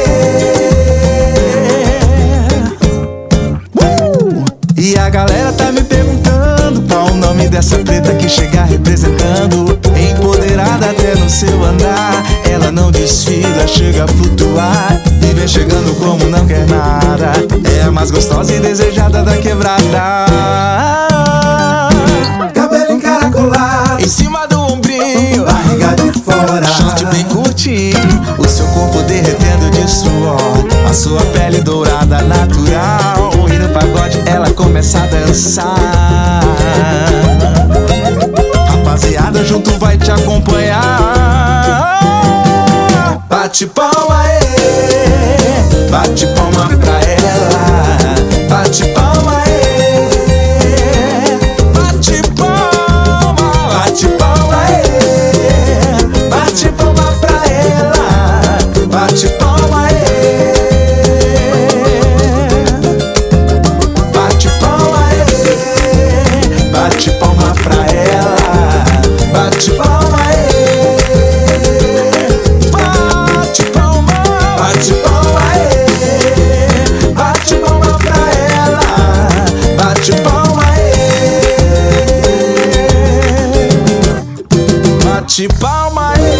Speaker 14: Uh! E a galera tá me perguntando qual o nome dessa preta que chega representando. Empoderada até no seu andar, ela não desfila, chega a flutuar. E vem chegando como não quer nada. É a mais gostosa e desejada da quebrada. Cabelo encaracolado, Uhum. em cima do ombrinho, barriga de fora. Short bem curtinho, o seu corpo derretendo de suor. A sua pele dourada natural. E no pagode ela começa a dançar. Rapaziada, junto vai te acompanhar. Bate palma, ê, bate palma pra ela. Bate palma, ê, bate palma, bate palma, ê, bate palma pra ela. Bate palma, ê, bate palma, ê, bate palma pra ela. Bate palma, ê. Bate palma, bate palma, ê. Bate palma pra ela. Bate palma, ê. Bate palma, ê.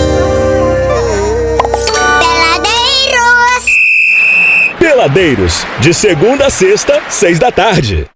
Speaker 2: Peladeiros.
Speaker 1: Peladeiros, de segunda a sexta, seis da tarde.